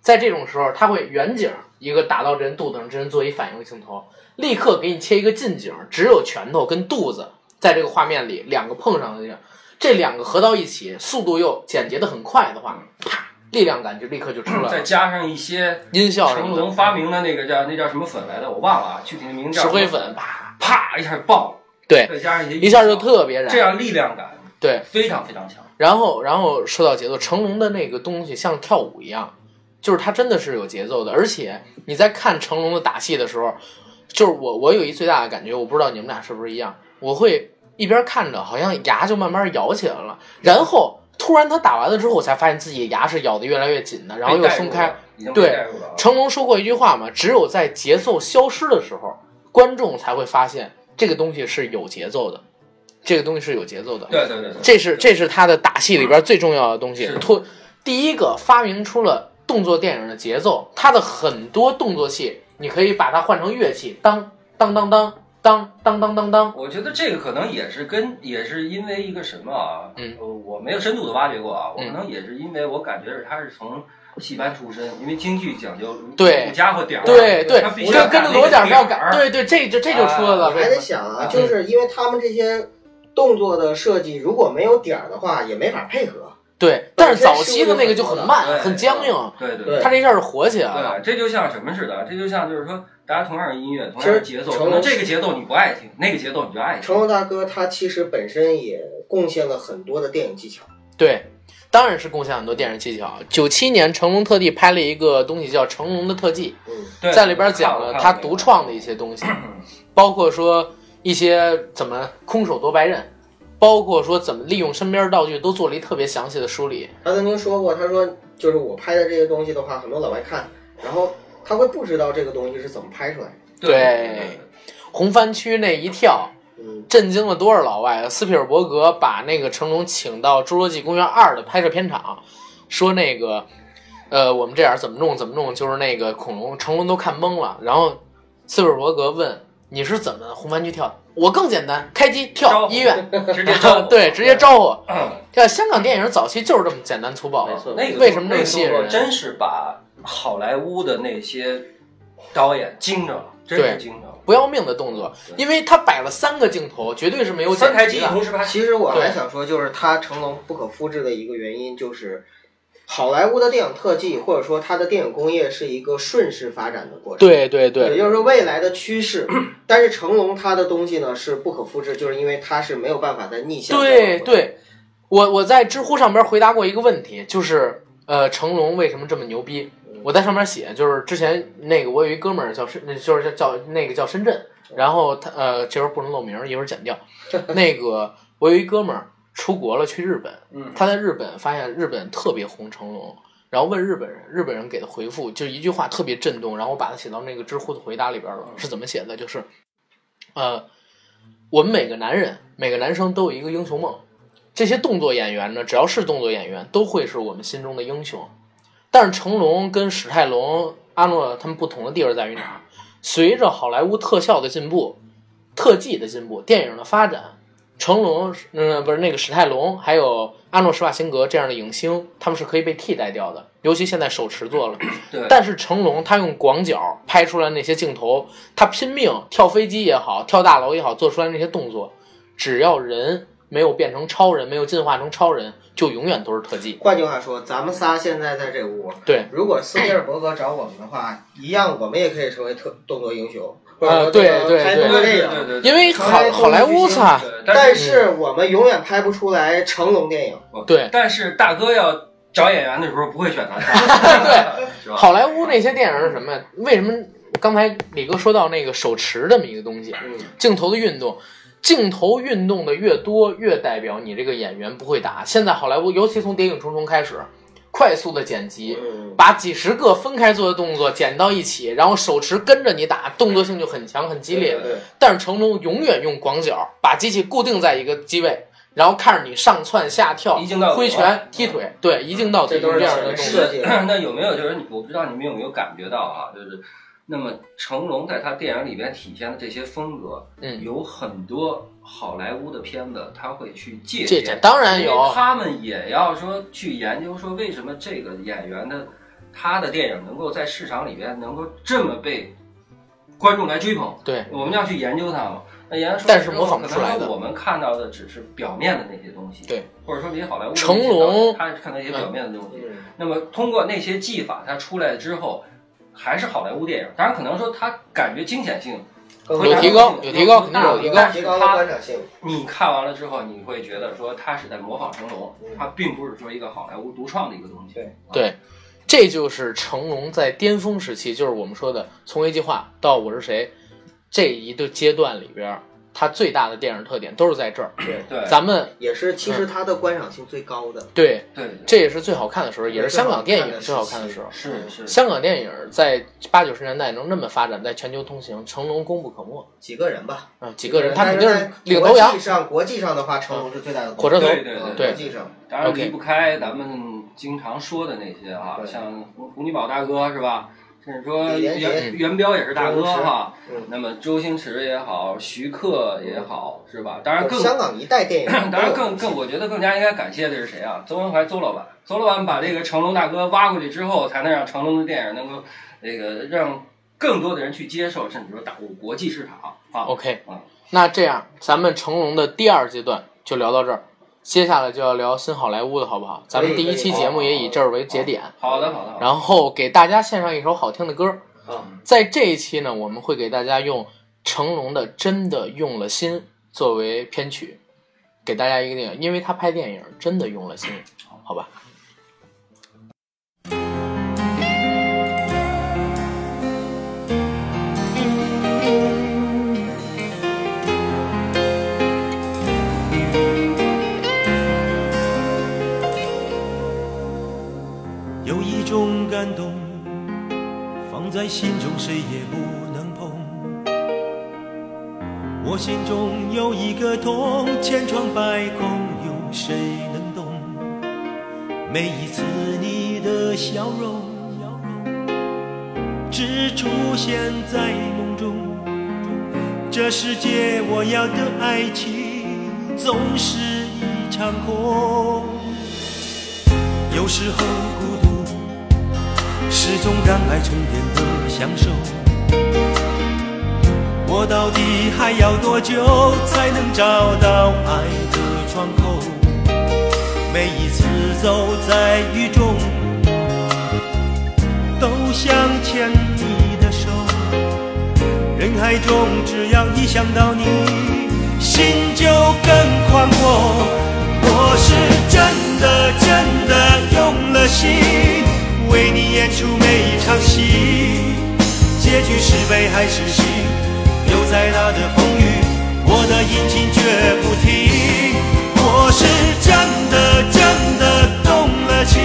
S1: 在这种时候，他会远景一个打到这人肚子上，这人做一反应镜头，立刻给你切一个近景，只有拳头跟肚子在这个画面里两个碰上的地儿，这两个合到一起，速度又简洁的很快的话，啪，力量感就立刻就出来了。
S3: 再加上一些
S1: 音效什
S3: 嗯成
S1: 么的
S3: 龙，发明的那个叫那叫什么粉来的，我忘了啊，具体的名字叫
S1: 石灰
S3: 什么，
S1: 粉，啪，
S3: 啪一下爆了，
S1: 对，
S3: 再加上一些
S1: 一下就
S3: 音效
S1: 特别燃。
S3: 这样力量感
S1: 对，
S3: 非常非常强。
S1: 然后然后说到节奏，成龙的那个东西像跳舞一样，就是他真的是有节奏的，而且你在看成龙的打戏的时候，就是我我有一最大的感觉，我不知道你们俩是不是一样，我会一边看着，好像牙就慢慢咬起来了，然后突然他打完了之后，我才发现自己牙是咬得越来越紧的，然后又
S3: 被带入
S1: 松开
S3: 了，，已经
S1: 对
S3: 被带入了啊。
S1: 成龙说过一句话嘛，只有在节奏消失的时候，观众才会发现这个东西是有节奏的，这个东西是有节奏的。
S3: 对对对对，
S1: 这是这是他的打戏里边最重要的东西
S3: 是。
S1: 突第一个发明出了动作电影的节奏，他的很多动作戏，你可以把它换成乐器，当当当当当当当当当，
S3: 我觉得这个可能也是跟也是因为一个什么啊，
S1: 嗯
S3: 呃，我没有深度的挖掘过啊，我可
S1: 嗯
S3: 能也是因为我感觉是他是从戏班出身，因为京剧讲究
S1: 对
S3: 武家和点儿，
S1: 对对，
S3: 他必须
S1: 我就
S3: 要
S1: 跟着
S3: 那
S1: 锣
S3: 个
S1: 点儿
S3: 点
S1: 要
S3: 儿啊
S1: 赶，，对对，这就这就出来了。
S2: 你还得想
S3: 嗯
S2: 啊，就是因为他们这些动作的设计，如果没有点儿的话，也没法配合。
S1: 对，但是早期的那个就很慢，
S3: 对
S1: 很僵硬，
S3: 对对
S2: 对
S1: 他这一下就火起来了。
S3: 对，这就像什么似的，这就像就是说，大家同样是音乐，同
S2: 其
S3: 样
S2: 实
S3: 是节奏，
S2: 成龙
S3: 可能这个节奏你不爱听，那个节奏你就爱
S2: 成
S3: 听。
S2: 龙大哥他其实本身也贡献了很多的电影技巧，
S1: 对，当然是贡献很多电影技巧。九七年，成龙特地拍了一个东西叫《成龙的特技
S2: 嗯，》，
S3: 对
S1: 在里边讲
S3: 我
S1: 了
S3: 看
S1: 他
S3: 过
S1: 独创的一些东西，
S3: 嗯
S1: 包括说一些怎么空手夺白刃，包括说怎么利用身边道具，都做了一特别详细的梳理。
S2: 他曾经说过，他说就是我拍的这些东西的话，很多老外看，然后他会不知道这个东西是怎么拍出来的。
S3: 对
S1: 对
S3: 对
S1: 红番区那一跳，
S2: 嗯，
S1: 震惊了多少老外啊！斯皮尔伯格把那个成龙请到《侏罗纪公园二》的拍摄片场，说那个，呃，我们这样怎么弄怎么弄，就是那个恐龙成龙都看懵了。然后斯皮尔伯格问你是怎么红番区跳的？我更简单，开机
S3: 招
S1: 跳
S3: 呼
S1: 医院，
S3: 对对 直接 招 呼
S1: 对，直接招呼。
S3: 嗯
S1: 这香港电影早期就是这么简单粗暴啊
S2: 没，错
S3: 那个
S1: 为什么啊
S3: 那
S1: 这
S3: 个
S1: 么吸引
S3: 动作
S1: 人？
S3: 真是把好莱坞的那些导演惊着了，真
S1: 对
S3: 是惊着了。
S1: 不要命的动作，因为他摆了三个镜头，绝对是没啊有
S3: 三台
S1: 剪
S3: 机
S1: 辑
S3: 一
S1: 的。
S3: 同时拍，
S2: 其实我还
S1: 对
S2: 想说，就是他成龙不可复制的一个原因就是。好莱坞的电影特技，或者说它的电影工业，是一个顺势发展的过程。
S1: 对对对
S2: 也，就是说未来的趋势。但是成龙他的东西呢是不可复制，就是因为他是没有办法在逆向再往
S1: 对
S2: 回。
S1: 对，我我在知乎上边回答过一个问题，就是呃，成龙为什么这么牛逼？我在上面写，就是之前那个我有一哥们儿叫深，就是叫叫那个叫深圳，然后他呃，这会儿不能露名儿，一会儿剪掉。那个我有一哥们儿出国了，去日本，
S3: 嗯
S1: 他在日本发现日本特别红成龙，然后问日本人，日本人给的回复就一句话特别震动，然后我把它写到那个知乎的回答里边了，是怎么写的？就是，呃，我们每个男人每个男生都有一个英雄梦，这些动作演员呢，只要是动作演员，都会是我们心中的英雄。但是成龙跟史泰龙、阿诺他们不同的地方在于哪儿？随着好莱坞特效的进步，特技的进步，电影的发展，成龙，嗯、不是那个史泰龙，还有阿诺·施瓦辛格这样的影星，他们是可以被替代掉的。尤其现在手持做了，
S3: 对，
S1: 但是成龙他用广角拍出来那些镜头，他拼命跳飞机也好，跳大楼也好，做出来那些动作，只要人没有变成超人，没有进化成超人，就永远都是特技。
S2: 换句话说，咱们仨现在在这屋，
S1: 对，
S2: 如果斯皮尔伯格找我们的话，一样我们也可以成为特动作英雄，或者
S1: 啊
S2: 说
S1: 对
S2: 这个
S1: 对
S2: 拍
S1: 对
S3: 对
S2: 动作电
S3: 对
S2: 影。
S3: 对对，
S1: 因为好好啊莱坞它，
S3: 对
S2: 但
S3: 但是
S2: 是我们永远拍不出来成龙电影。
S1: 对
S3: 但是大哥要找演员的时候不会选 他，
S1: 对，
S3: 是吧？
S1: 好莱坞那些电影是什么呀？为什么刚才李哥说到那个手持这么一个东西，
S2: 嗯，
S1: 镜头的运动，镜头运动的越多，越代表你这个演员不会打。现在好莱坞，尤其从《谍影重重》开始，快速的剪辑，
S2: 嗯
S1: 把几十个分开做的动作剪到一起，然后手持跟着你打，动作性就很强很激烈
S2: 对。对
S1: 但是成龙永远用广角把机器固定在一个机位，然后看着你上蹿下跳
S3: 一镜到、底
S1: 挥
S3: 啊
S1: 拳、踢腿，对，一镜到底
S2: 这都是
S1: 这样的
S2: 老
S1: 动
S2: 师
S1: 作。
S2: 设计
S3: 那那有没有就是你我不知道你们有没有感觉到啊，就是那么成龙在他电影里边体现的这些风格，
S1: 嗯，
S3: 有很多好莱坞的片子他会去借
S1: 这这
S3: 鉴，
S1: 当然
S3: 因为
S1: 有，啊
S3: 他们也要说去研究说为什么这个演员的他的电影能够在市场里边能够这么被观众来追捧，
S1: 对，
S3: 我们要去研究它嘛。那研究出
S1: 但
S3: 来
S1: 是
S3: 之
S1: 模
S3: 后，
S1: 仿
S3: 可
S1: 不
S3: 能
S1: 出来的
S3: 我们看到的只是表面的那些东西，
S1: 对，
S3: 或者说比好莱坞的
S1: 成
S3: 那些导演
S1: 龙
S3: 他看到一些表面的东西，
S2: 嗯，
S3: 那么通过那些技法，它出来之后，还是好莱坞电影。当然，可能说它感觉惊险性
S2: 更
S1: 有
S2: 加
S1: 提高有提高肯定有提高
S3: 但
S2: 提
S3: 是
S2: 高了
S3: 它
S2: 观赏性。
S3: 你看完了之后，你会觉得说它是在模仿成龙
S2: 嗯，
S3: 它并不是说一个好莱坞独创的一个东西。
S2: 对
S3: 啊
S1: 对，这就是成龙在巅峰时期，就是我们说的从 A 计划到我是谁这一个阶段里边儿，他最大的电影特点都是在这儿。
S2: 对，
S3: 对
S1: 咱们
S2: 也是其实它的观赏性最高的。
S1: 对，
S3: 对
S1: 这也是最好看的时候，嗯也是香港电影最好看的时候。
S3: 是是
S1: 香港电影在八九十年代能那么发展，在全球通行，成龙功不可没。
S2: 几个人吧，
S1: 啊，几个人，他
S2: 但
S1: 肯
S2: 是
S1: 定
S2: 在
S1: 是领头羊
S2: 国际，上国际上的话，成龙是最大的
S1: 火车头。
S3: 对
S2: 嗯
S3: 对
S2: 国际上，
S3: 当然
S1: OK
S3: 离不开咱们经常说的那些啊，
S2: 对
S3: 像胡胡金宝大哥是吧？甚至说
S2: 李连杰
S3: 袁袁彪也是大哥
S2: 周星驰
S3: 哈。
S2: 嗯，
S3: 那么周星驰也好，徐克也好，是吧？当然更
S2: 香港一代电影，
S3: 嗯当
S1: 呃
S3: 然更更，我觉得更加应该感谢的是谁啊？周文怀周老板，周老板把这个成龙大哥挖过去之后，才能让成龙的电影能够那个让更多的人去接受，甚至说打入国际市场啊。
S1: OK，
S3: 嗯
S1: 那这样咱们成龙的第二阶段就聊到这儿，接下来就要聊新好莱坞的好不好？咱们第一期节目也以这儿为节点，
S3: 好的，好的，好的。
S1: 然后给大家献上一首好听的歌。
S2: 啊
S1: 在这一期呢，我们会给大家用成龙的《真的用了心》作为片曲，给大家一个电影，因为他拍电影真的用了心，好吧？
S4: 有一种感动，放在心中谁也不能碰。我心中有一个痛，千疮百孔，有谁能懂？每一次你的笑容，只出现在梦中。这世界我要的爱情，总是一场空。有时候孤独始终让爱充电的享受。我到底还要多久才能找到爱的窗口？每一次走在雨中，都想牵你的手。人海中，只要一想到你，心就更宽阔。我是真的真的用了心，为你演出每一场戏，结局是悲还是喜？有再大的风雨，我的引擎绝不停。我是真的真的动了情，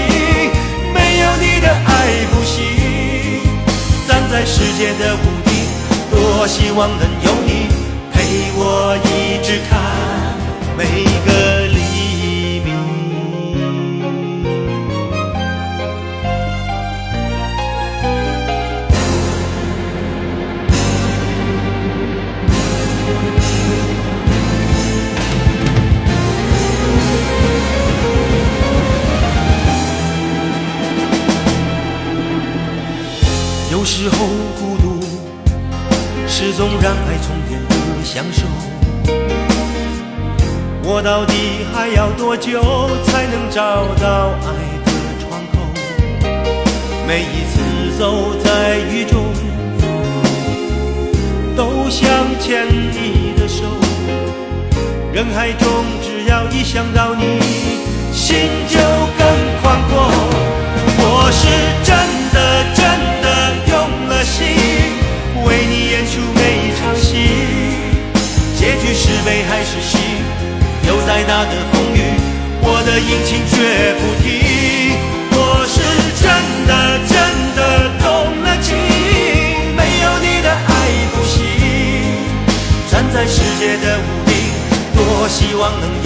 S4: 没有你的爱不行。站在世界的谷底，多希望能有你陪我一直看每个黎明。有时候孤独始终让爱充电的享受。我到底还要多久才能找到爱的窗口？每一次走在雨中，都想牵你的手。人海中，只要一想到你，心就更宽阔。我是真的真的用了心，为你演出每一场戏，结局是悲还是喜？有再大的风雨，我的引擎绝不停。我是真的真的动了情，没有你的爱不行。站在世界的屋顶，多希望能